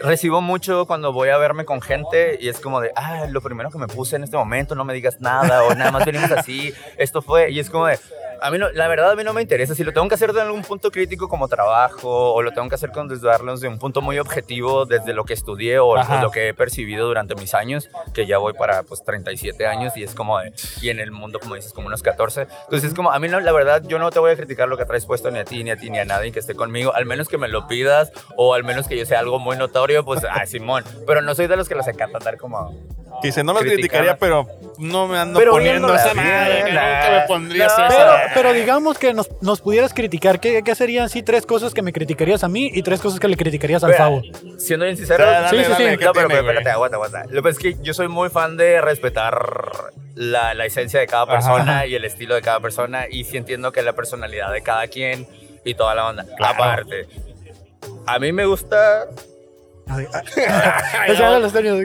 Recibo mucho cuando voy a verme con gente y es como de, ah, lo primero que me puse en este momento, no me digas nada o nada más venimos así, esto fue, y es como de, a mí no- la verdad a mí no me interesa, si lo tengo que hacer de algún punto crítico como trabajo o lo tengo que hacer con desdarlos de un punto muy objetivo desde lo que estudié o Ajá. lo que he percibido durante mis años, que ya voy para pues 37 años y es como de, y en el mundo como dices como unos 14, entonces es como, a mí no, la verdad yo no te voy a criticar lo que traes puesto ni a ti, ni a ti, ni a nadie que esté conmigo, al menos que me lo pidas o al menos que yo sea algo muy notorio, pues, ah, Simón, pero no soy de los que les encanta andar como... Que dice, no lo criticaría, Criticar. pero no me ando Pero poniendo viéndola esa bien, madre. que la- Nunca me pondrías No. Pero, esa. pero digamos que nos, nos pudieras criticar, ¿qué, qué serían sí tres cosas que me criticarías a mí y tres cosas que le criticarías al Vea, Favo? Siendo bien sincero, Dale, dale, Sí, sí, dale, sí. ¿qué No, pero, tiene, pero espérate, güey? aguanta, aguanta. Lo que pasa es que yo soy muy fan de respetar la, la esencia de cada persona y el estilo de cada persona. Y sí entiendo que la personalidad de cada quien y toda la onda. Claro. Aparte, a mí me gusta. Ay, ay, ay, ya los términos.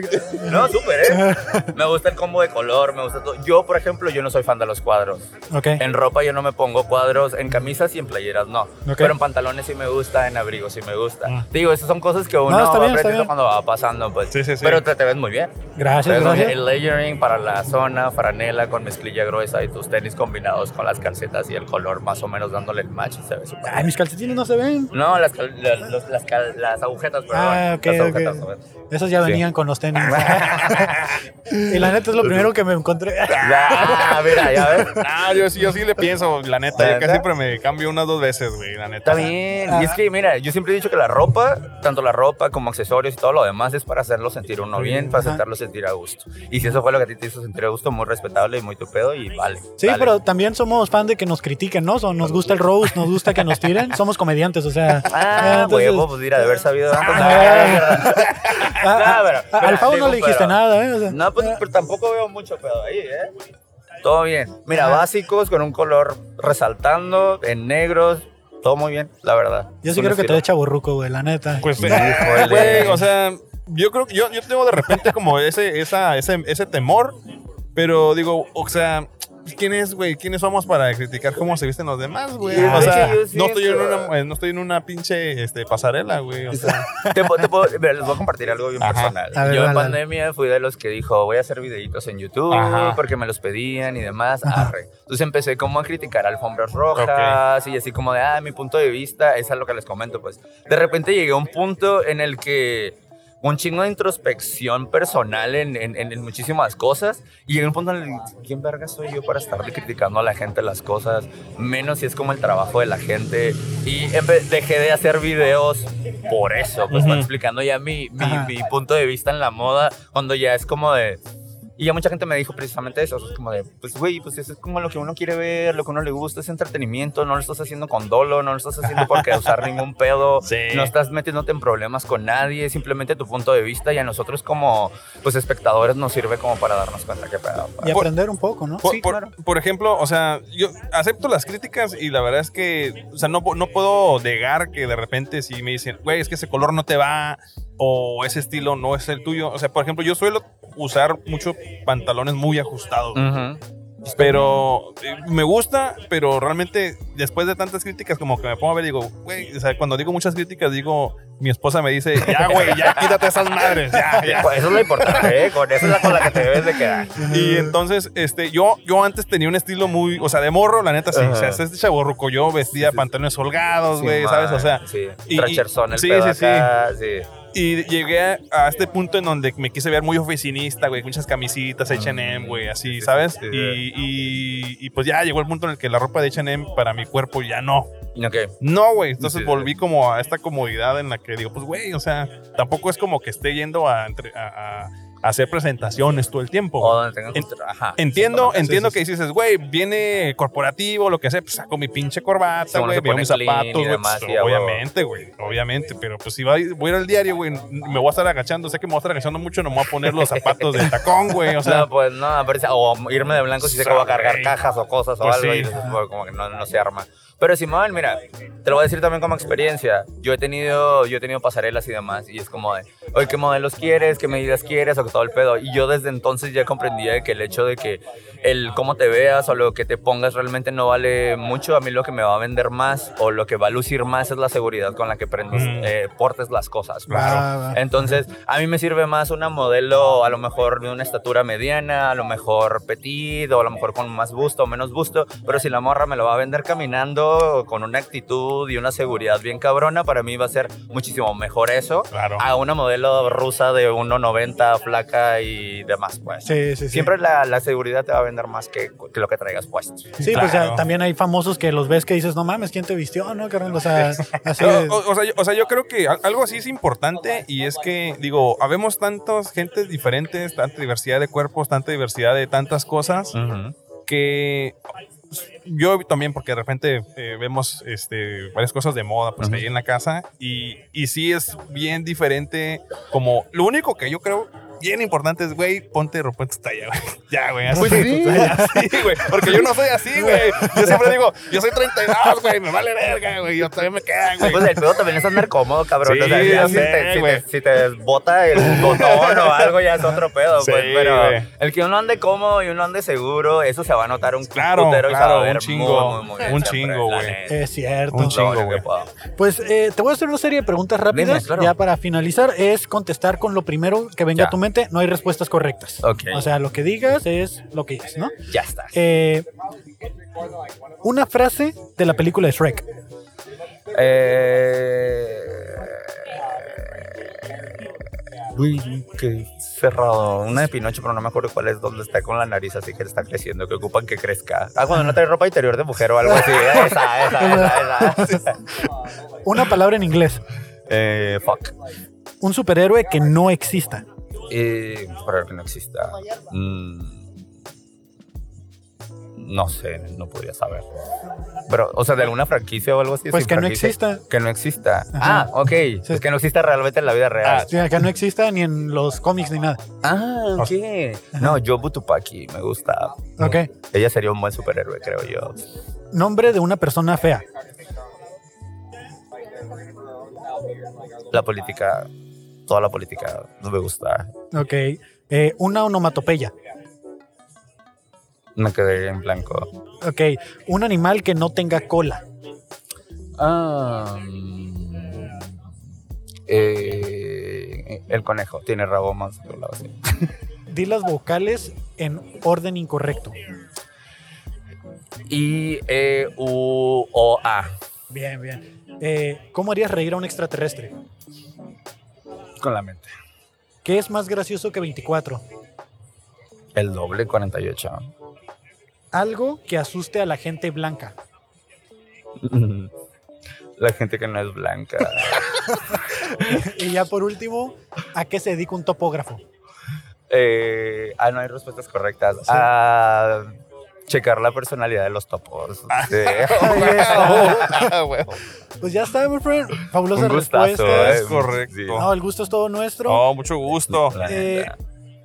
No, súper, ¿eh? me gusta el combo de color, me gusta todo. Yo, por ejemplo, yo no soy fan de los cuadros. Ok. En ropa yo no me pongo cuadros, en camisas y en playeras no. Ok. Ah. Pero en pantalones sí me gusta, en abrigos sí me gusta. Te Digo, esas son cosas que uno No, está va bien, está aprendiendo bien. cuando va pasando, pues. Sí, sí, sí. Pero te, te ves muy bien. Te Gracias, ves muy bien. gracias. El layering para la zona, franela con mezclilla gruesa y tus tenis combinados con las calcetas y el color más o menos dándole el match. Se ve súper Ay, mis calcetines no se ven. bien. No, las, cal- la- los- las, cal- las agujetas, perdón. Ah, ok, las ok. agujetas, a ver. Esas ya Sí. venían con los tenis. y la neta es lo primero que me encontré. Ah, mira, ya ves. No, yo, sí- yo sí le pienso, la neta. Yo ¿Neta? casi siempre me cambio unas dos veces, güey, la neta. Está bien. Y es que, mira, yo siempre he dicho que la ropa, tanto la ropa como accesorios y todo lo demás, es para hacerlo sentir uno bien, para Ajá. hacerlo sentir a gusto. Y si eso fue lo que a ti te hizo sentir a gusto, muy respetable y muy tu pedo, y vale. Sí, dale. pero también somos fan de que nos critiquen, ¿no? So- nos gusta el roast, nos gusta que nos tiren. Somos comediantes, o sea. Ah, entonces- huevo, pues mira, de haber sabido antes. Ah, No, pero- ah, Al Favo digo, no le dijiste pero- nada, ¿eh? O sea, No, pues pero tampoco veo mucho pedo ahí, ¿eh? Todo bien. Mira, básicos con un color resaltando, en negros, todo muy bien, la verdad. yo Es sí un creo que te estilo. echa burruco, güey, la neta. Pues, Híjole. güey, o sea, yo creo que yo, yo tengo de repente como ese, esa, ese, ese temor, pero digo, o sea, ¿Quién es, güey? ¿Quiénes somos para criticar cómo se visten los demás, güey? Sí, o es sea, que yo no estoy, en siento- una, eh, no estoy en una pinche este, pasarela, güey. O sea, Te puedo- te puedo- mira, les voy a compartir algo bien Ajá. personal. A ver, Yo dale, en dale. pandemia fui de los que dijo, voy a hacer videitos en YouTube Ajá. porque me los pedían y demás. Arre. Entonces empecé como a criticar alfombras rojas y así como de, ah, mi punto de vista, es a lo que les comento, pues. De repente llegué a un punto en el que un chingo de introspección personal en, en- en- en muchísimas cosas y llegué a un punto en el que, ¿quién verga soy yo para estarle criticando a la gente las cosas? Menos si es como el trabajo de la gente y empe- dejé de hacer videos por eso, pues Ujú. para explicando ya mi, mi- Ajá. mi punto de vista en la moda, cuando ya es como de... Y ya mucha gente me dijo precisamente eso, es como de, pues güey, pues eso es como lo que uno quiere ver, lo que uno le gusta, es entretenimiento, no lo estás haciendo con dolo, no lo estás haciendo por causar ningún pedo, Sí. no estás metiéndote en problemas con nadie, es simplemente tu punto de vista y a nosotros como pues espectadores nos sirve como para darnos cuenta qué pedo. Y pues. Por- aprender un poco, ¿no? por, Sí, por- claro. por ejemplo, o sea, yo acepto las críticas y la verdad es que, o sea, no, po- no puedo negar que de repente si me dicen, güey, es que ese color no te va o ese estilo no es el tuyo. O sea, por ejemplo, yo suelo usar mucho pantalones muy ajustados. Ujú. Pero eh, me gusta, pero realmente después de tantas críticas, como que me pongo a ver y digo, güey, o sea, cuando digo muchas críticas, digo, mi esposa me dice, ya, güey, ya quítate esas madres, ya, ya. Pues, eso es lo importante, ¿eh? con eso es la con la que te debes de quedar. Y entonces, este, yo, yo antes tenía un estilo muy, o sea, de morro, la neta, sí. O sea, Ajá. este chaborruco, yo vestía pantalones holgados, Sí, güey, ¿sabes? O man, sea, sí. y- y- Tracherzón el sí, pedo sí, sí. acá, sí. y llegué a, a este punto en donde me quise ver muy oficinista, güey, muchas camisitas H&M, güey, así, sí, ¿sabes? sí, sí. Y, y- y pues ya llegó el punto en el que la ropa de H&M para mi cuerpo ya no. Ok. No, güey. Entonces Sí. volví como a esta comodidad en la que digo, pues, güey, o sea, tampoco es como que esté yendo a, entre- a- a- a hacer presentaciones todo el tiempo. O güey. donde tengan En- contra- Ajá. Entiendo, Sí, entiendo sí, que dices, güey, viene corporativo, lo que sea, pues saco mi pinche corbata, Sí, uno güey, se veo pone mis clean zapatos, y güey. demás, pues, y a huevo. obviamente, güey, obviamente, pero pues si va- voy a ir al diario, güey, me voy a estar agachando, sé que me voy a estar agachando mucho, no me voy a poner los zapatos de tacón, güey, o sea, no, pues no, parece, o irme de blanco si sé que voy a cargar Sabe. cajas o cosas o Pues algo, sí. y entonces, pues, como que no, no se arma. Pero Simón, mira, te lo voy a decir también como experiencia. Yo he tenido, yo he tenido pasarelas y demás, y es como de, oye, ¿qué modelos quieres? ¿Qué medidas quieres? O todo el pedo. Y yo desde entonces ya comprendía que el hecho de que el cómo te veas o lo que te pongas realmente no vale mucho. A mí lo que me va a vender más o lo que va a lucir más es la seguridad con la que prendes, Mm. eh, portes las cosas. pues. Va, va. Entonces, a mí me sirve más una modelo, a lo mejor de una estatura mediana, a lo mejor petit, o a lo mejor con más busto o menos busto, pero si la morra me lo va a vender caminando con una actitud y una seguridad bien cabrona, para mí va a ser muchísimo mejor eso claro. a una modelo rusa de 1,90, flaca y demás, pues. Sí, sí, sí. Siempre la, la seguridad te va a vender más que, que lo que traigas puesto. Sí, pues ya Claro. también hay famosos que los ves que dices, no mames, ¿quién te vistió? No, carnal, o sea, así No, de- Ah, o, o sea, yo, o sea, yo creo que al- algo así es importante y es que, digo, habemos tantas gentes diferentes, tanta diversidad de cuerpos, tanta diversidad de tantas cosas, que yo también, porque de repente eh, vemos este, varias cosas de moda, pues Ujú. ahí en la casa, y, y sí es bien diferente, como lo único que yo creo... Bien importante es, güey, ponte ropa de tu talla, güey. Ya, güey, así. Pues sí. tu talla, así, güey. Porque yo no soy así, güey. Yo siempre digo, yo soy 32, güey, me vale verga, güey. Yo también me quedan, güey. Pues el pedo también es andar cómodo, cabrón. Sí, o sea, ya ya si, sé, te, si, güey. te, si te desbota el botón o algo, ya es otro pedo. Sí, pues, pero güey. el que uno ande cómodo y uno ande seguro, eso se va a notar un Claro, putero y se va a claro, ver un chingo, muy, muy bien un siempre, chingo, la güey. Eh, neta. es cierto. Un chingo, Lo que güey. puedo. Pues eh, te voy a hacer una serie de preguntas rápidas. Dime, claro. Ya para finalizar, es contestar con lo primero que venga Ya. a tu mente. No hay respuestas correctas. Ok. O sea, lo que digas es lo que digas, ¿no? Ya está. Eh, una frase de la película de Shrek. Eh, Uy, qué cerrado. Una de Pinocho, pero no me acuerdo cuál es, donde está con la nariz así que le está creciendo, que ocupan que crezca. Ah, cuando no trae ropa interior de mujer o algo así. Esa, esa, esa. esa. Una palabra en inglés. Eh, fuck. Un superhéroe que no exista. Eh, para que no exista. Mm. no sé, no podría saber. Pero, o sea, de alguna franquicia o algo así. Pues sin que no franquicia. exista. Que no exista. Ajá. Ah, Ah, ok. Pues que no exista realmente en la vida real. Sí, acá no exista ni en los cómics ni nada. Ah, ok. No, yo Butupaki, me gusta. Ok. Ella sería un buen superhéroe, creo yo. Nombre de una persona fea. La política, toda la política, no me gusta. Ok. Eh, una onomatopeya. Me quedé en blanco. Ok, un animal que no tenga cola. Ah, eh, el conejo tiene rabo más de un lado, sí. Di las vocales en orden incorrecto. I, E, U, O, A. Bien, bien. Eh, ¿Cómo harías reír a un extraterrestre? Con la mente. ¿Qué es más gracioso que 24? El doble 48. Algo que asuste a la gente blanca. La gente que no es blanca. y ya por último, ¿a qué se dedica un topógrafo? Eh, ah, no hay respuestas correctas. Ah, checar la personalidad de los topos. Sí. Ahí está. Ah, huevo. Pues ya está, my friend. Fabulosa Un gustazo. eh. Oh. respuesta. es correcto. No, el gusto es todo nuestro. No, Oh, mucho gusto. La Eh, neta.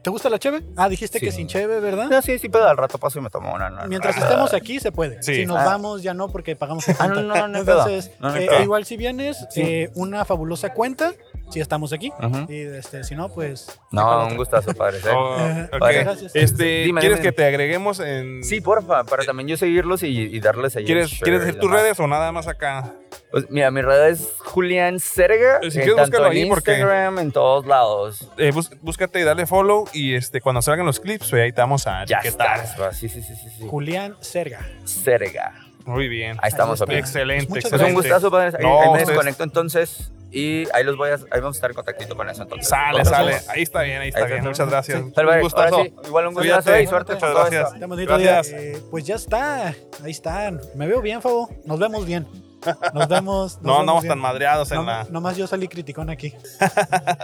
¿Te gusta la cheve? Ah, dijiste Sí. que sin cheve, ¿verdad? No, sí, sí, pero al rato paso y me tomo una. no, Mientras no. estemos aquí se puede. Sí. Si nos Ah. vamos ya no porque pagamos la Ah, no, cuenta. no, no hay pedo. Entonces, No, no hay eh, pedo. igual si vienes, Sí. eh, una fabulosa cuenta, si estamos aquí. Ujú. Y este, si no, pues... saca la No, otra. un gustazo, padre. ¿eh? Oh, Eh, ok. vale. Gracias. Este, Dime, ¿Quieres dime. que te agreguemos en. Sí, porfa, para también yo seguirlos y, y darles ahí. ¿Quieres, ¿quieres decir tus redes? redes o nada más acá? Pues, mira, mi red es Julián Serga. Si eh, quieres, tanto búscalo en ahí, porque- Instagram, en todos lados. Eh, bus- búscate y dale follow. Y este, cuando salgan los clips, güey, ahí estamos a Ya etiquetar. está. Sí, sí, sí, sí, sí. Julián Serga. Serga. Muy bien. Ahí estamos, está. ok. Excelente, Pues muchas Pues excelente. un gustazo, padres. Ahí, No, ahí me ustedes- desconecto entonces y ahí los voy a, ahí vamos a estar en contactito con eso entonces. Sale, Nos sale. vemos. Ahí está bien, ahí está Ahí está bien. todo. Muchas gracias. Sí. Sale, Un padre. gustazo. Ahora sí, igual un gustazo Cuídate. y suerte Muchas con todo gracias. esto. Está bonito día. Gracias. Eh, pues ya está. Ahí están. Me veo bien, Fabo. Nos vemos bien. Nos vemos. nos No vemos andamos bien. tan madreados en No- la. Nomás yo salí criticón aquí.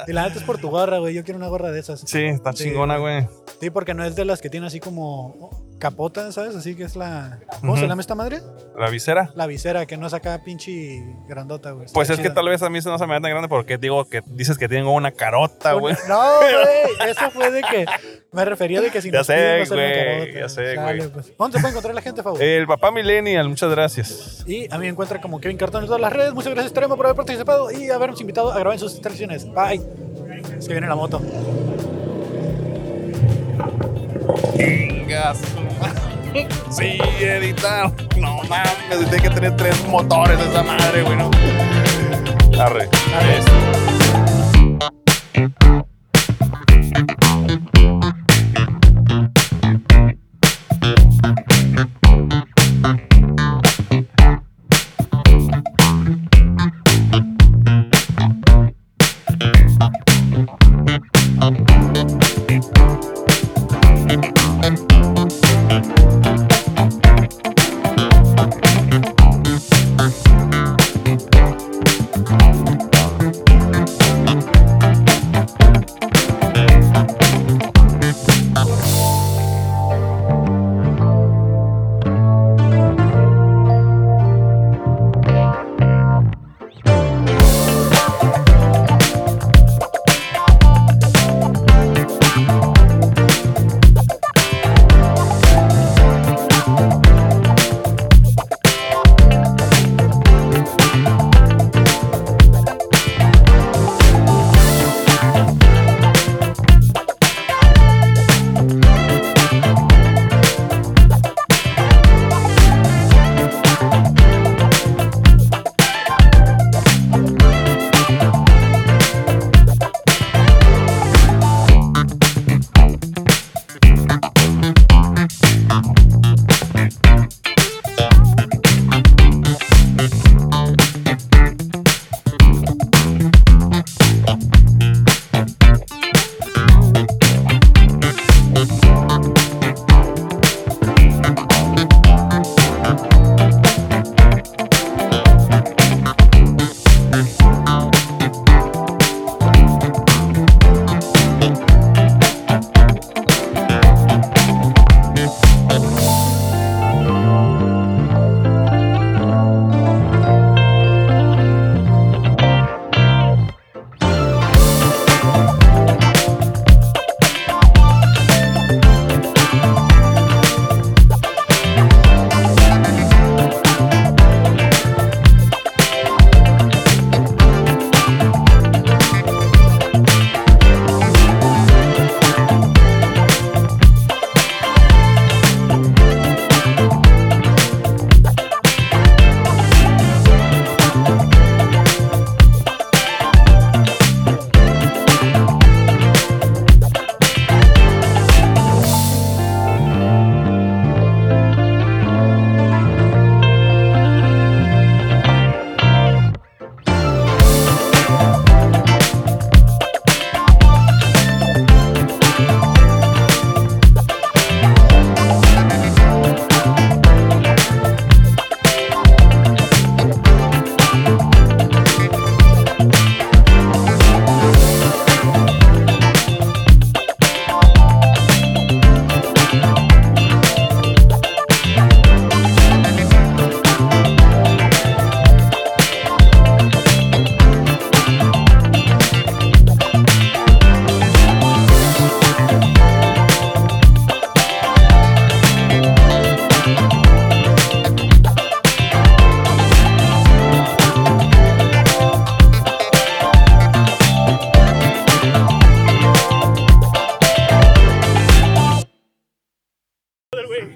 y la neta es por tu gorra, güey. Yo quiero una gorra de esas. Sí, está Sí. chingona, güey. Sí, porque no es de las que tiene así como capota, ¿sabes? Así que es la. ¿Cómo se Ujú. llama esta madre? La visera. La visera, que no es acá pinche grandota, güey. Está Pues es que chida. tal vez a mí se no se me ve tan grande porque digo que dices que tengo una carota, Una- güey. No, güey. Eso fue de que. Me refería de que si Ya nos sé, piden hacer una güey, carota. ya sé, Sale, güey. Eh. pues. ¿Dónde puede encontrar la gente, Fabo? El papá Millennial, muchas gracias. Y a mí me encuentra como Kevin Cartón en todas las redes. Muchas gracias, Tremo, por haber participado y habernos invitado a grabar en sus instalaciones. Bye. Es que viene la moto. Chingas. Sí, editar. No mames, tiene que tener tres motores esa madre, güey. ¿no? Arre. Arre.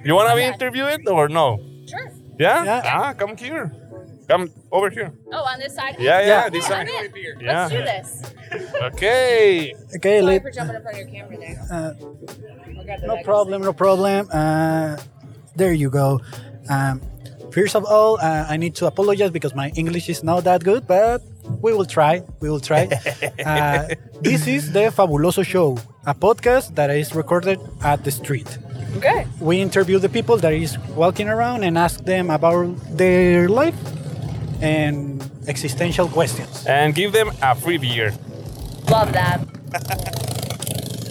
You want to be interviewed or no? Sure. Yeah? Yeah. Ah, come here. Come over here. Oh, on this side? Yeah, yeah, Yeah. this I'm side. in. Yeah. Let's do this. Okay. Okay, Sorry let, for jumping in front of your camera there. uh, I'll grab the No back. problem, no problem. Uh, there you go. Um, first of all, uh, I need to apologize because my English is not that good, but we will try. We will try. Uh, this is the Fabuloso Show, a podcast that is recorded at the street. Okay. We interview the people that is walking around and ask them about their life and existential questions. And give them a free beer. Love that.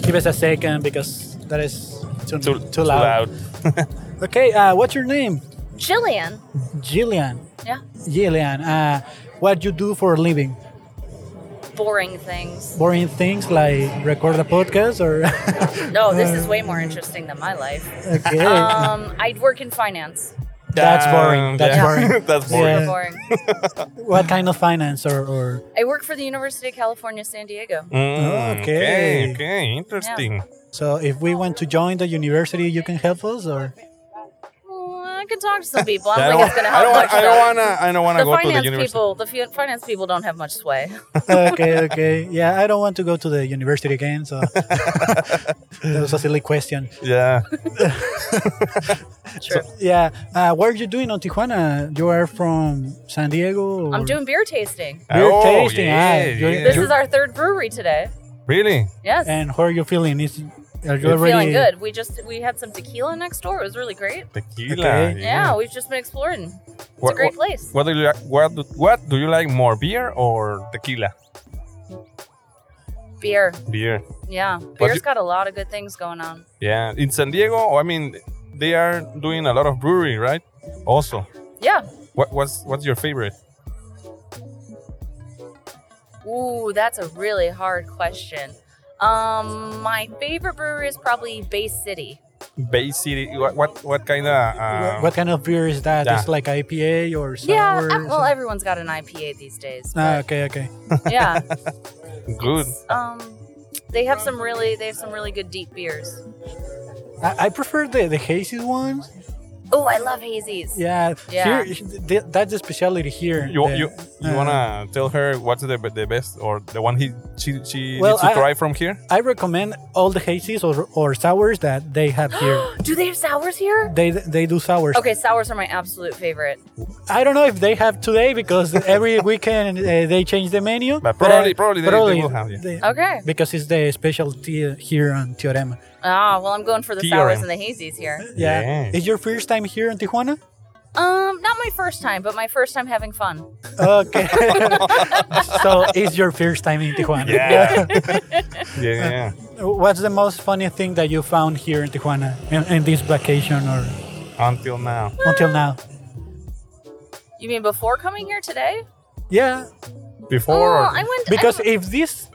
Give us a second because that is too, Too, too loud. Okay, uh, what's your name? Jillian. Jillian. Yeah. Jillian, uh, what you do for a living? Boring things. Boring things like record a podcast or No, this is way more interesting than my life. okay. Um, I work in finance. That's boring. Um, That's yeah. boring. That's Yeah. boring. So boring. What kind of finance or, or I work for the University of California, San Diego. Okay. Mm, okay. Okay. Interesting. so if we want to join the university you can help us or Well, I can talk to some people. I I don't don't think it's going to help want much. to. I don't though. want to. I don't want to the go to the finance university. people, the fi- finance people don't have much sway. okay, okay. Yeah, I don't want to go to the university again, so that was a silly question. Yeah. True. Yeah. Uh, what are you doing on Tijuana? You are from San Diego? I'm or- doing beer tasting. Beer Oh, tasting, ah, yeah, you're- yeah. This is our third brewery today. really. Yes. and how are you feeling? Is are you we're already feeling good. We just we had some tequila next door. It was really great. Tequila. Okay. Yeah, we've just been exploring. It's a What- great place. What do you like? What do, what do you like more, beer or tequila? Beer. Beer. Yeah. Beer's you- got a lot of good things going on. Yeah. In San Diego, I mean, they are doing a lot of brewery, right? Also, Yeah. what what's what's your favorite? Ooh, that's a really hard question. Um, my favorite brewery is probably Bay City. Bay City. What what, what kind of? Uh, What kind of beer is that? Yeah. It's like IPA or sour? yeah. uh, Well, something? everyone's got an IPA these days. Ah, but okay, okay. yeah. Good. Um, they have some really they have some really good deep beers. I, I prefer the, the hazy ones. Oh, I love hazies. Yeah. Yeah. Here, th- that's the specialty here. You The- you, you uh, wanna tell her what's the the best or the one he she she Well, needs to I- try from here? I recommend all the hazies or, or sours that they have here. Do they have sours here? they they do sours. Okay, sours are my absolute favorite. I don't know if they have today because every weekend uh, they change the menu. But I- probably- probably they- they will have, yeah. they- Okay. Because it's the specialty here on Teorema. Ah, well, I'm going for the TRM. sours and the hazies here. Yeah. Yeah. Is your first time here in Tijuana? Um, not my first time, but my first time having fun. Okay. so it's your first time in Tijuana. Yeah. yeah. What's the most funny thing that you found here in Tijuana in, in this vacation or Until now. until now? You mean before coming here today? Yeah, Before. oh, or- I went because I, if this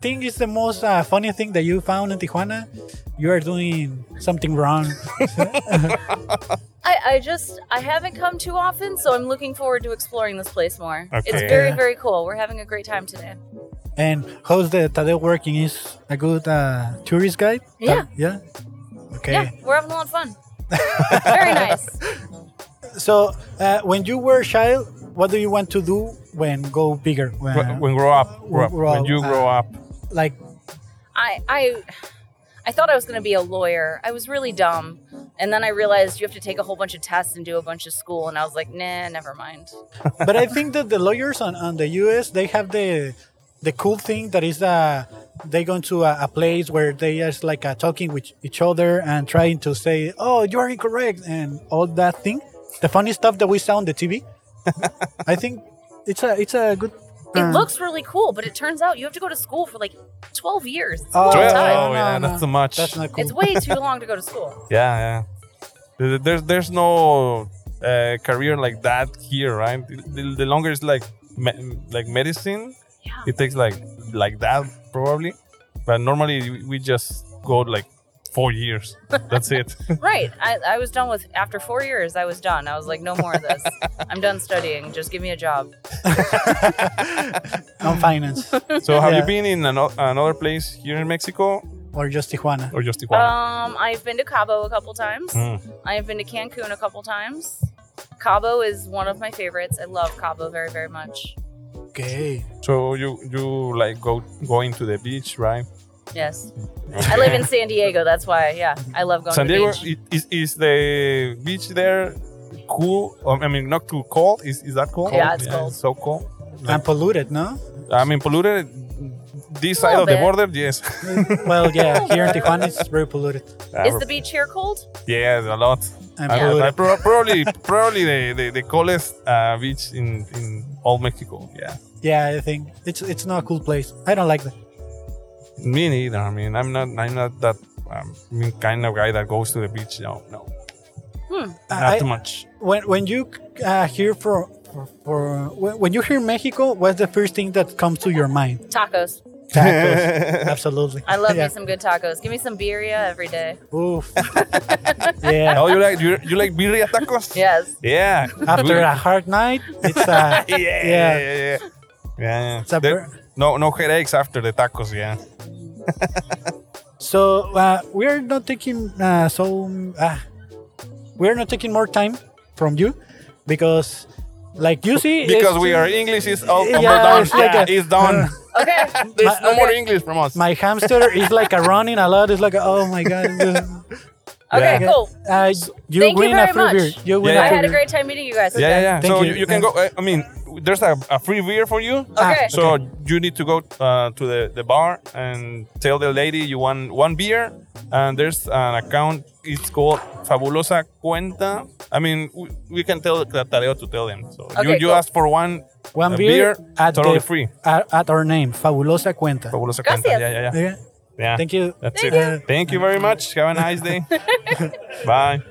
thing is the most uh, funny thing that you found in Tijuana, you are doing something wrong. I, I just I haven't come too often, so I'm looking forward to exploring this place more. It's Okay. very very cool. We're having a great time today. and how's the Tadeo working? Is a good uh, tourist guide? Yeah. yeah. Okay. Yeah, we're having a lot of fun. very nice. So uh, when you were a child, what do you want to do when go bigger? When, Wh- when grow up, grow up. Grow when you up. grow up, like I I I thought I was going to be a lawyer. I was really dumb. And then I realized you have to take a whole bunch of tests and do a bunch of school and I was like, "Nah, never mind." but I think that the lawyers on, on the US they have the the cool thing that is uh they go to a, a place where they are like uh, talking with each other and trying to say oh you are incorrect and all that thing the funny stuff that we saw on the TV I think it's a it's a good It uh, looks really cool, but it turns out you have to go to school for like 12 years. It's a Oh, long Twelve? time. Oh, yeah, that's too much. that's not cool It's way too long to go to school. yeah, yeah. There- There's there's no uh, career like that here, right? The, the longer it's like me- like medicine, Yeah. it takes like like that probably, but normally we just go like four years. That's it. Right. I, I was done with, after four years, I was done. I was like, no more of this. I'm done studying. Just give me a job. on finance So have Yeah. you been in ano- another place here in Mexico or just Tijuana? or just Tijuana? Um, I've been to Cabo a couple times. Mm. I've been to Cancun a couple times. Cabo is one of my favorites. I love Cabo very, very much. Okay. So you you like go going to the beach, right? Yes. I live in San Diego. That's why, yeah, I love going San to the Diego. beach. i- Is, is the beach there cool? Um, I mean, not too cold. Is is that cold? Yeah, it's cold. so cold. And polluted, no? I mean, polluted. This side Little of the bit. border, yes. well, yeah, here in Tijuana it's very polluted. Is the beach here cold? yes, a lot. And I- polluted. I prob- probably probably the, the, the coolest uh, beach in, in all Mexico. Yeah. Yeah, I think it's it's not a cool place. I don't like that. Me neither. I mean, I'm not I'm not that um, I mean, kind of guy that goes to the beach. No, no, Hmm. not I- too much. when when you uh, hear for for, for when, when you hear Mexico, what's the first thing that comes to your mind? Tacos. Tacos, absolutely. I love yeah. me some good tacos. Give me some birria every day. Oof. yeah. Oh, you like you, you like birria tacos? Yes. Yeah. After a hard night, it's uh, yeah, yeah, yeah, yeah. yeah. It's a There- bur- no, no headaches after the tacos. Yeah. so uh, we're not taking uh, so uh, we're not taking more time from you because like you see it's- Because we are English is all Yeah, done. it's like yeah, a- it's done. Okay. There's no okay. more English from us. my hamster is like a running a lot. It's like oh my god. Okay, Yeah. cool. Uh, you Thank you win very a free beer. much. You win Yeah, I a free had a beer. great time meeting you guys. yeah, yeah, yeah. Thank So you. you, you can go. uh, I I mean, there's a, a free beer for you. Ah, Okay. So you need to go uh, to the, the bar and tell the lady you want one beer. And there's an account. It's called Fabulosa Cuenta. I mean, we, we can tell Tareo to tell them. So you, Okay, you cool. ask for one, One a beer, at totally the- free. At, at our name, fabulosa cuenta. Fabulosa Gracias. Cuenta. Yeah, yeah, yeah. Yeah. yeah. Thank you. That's Thank it. Thank you very much. Have a nice day. Bye.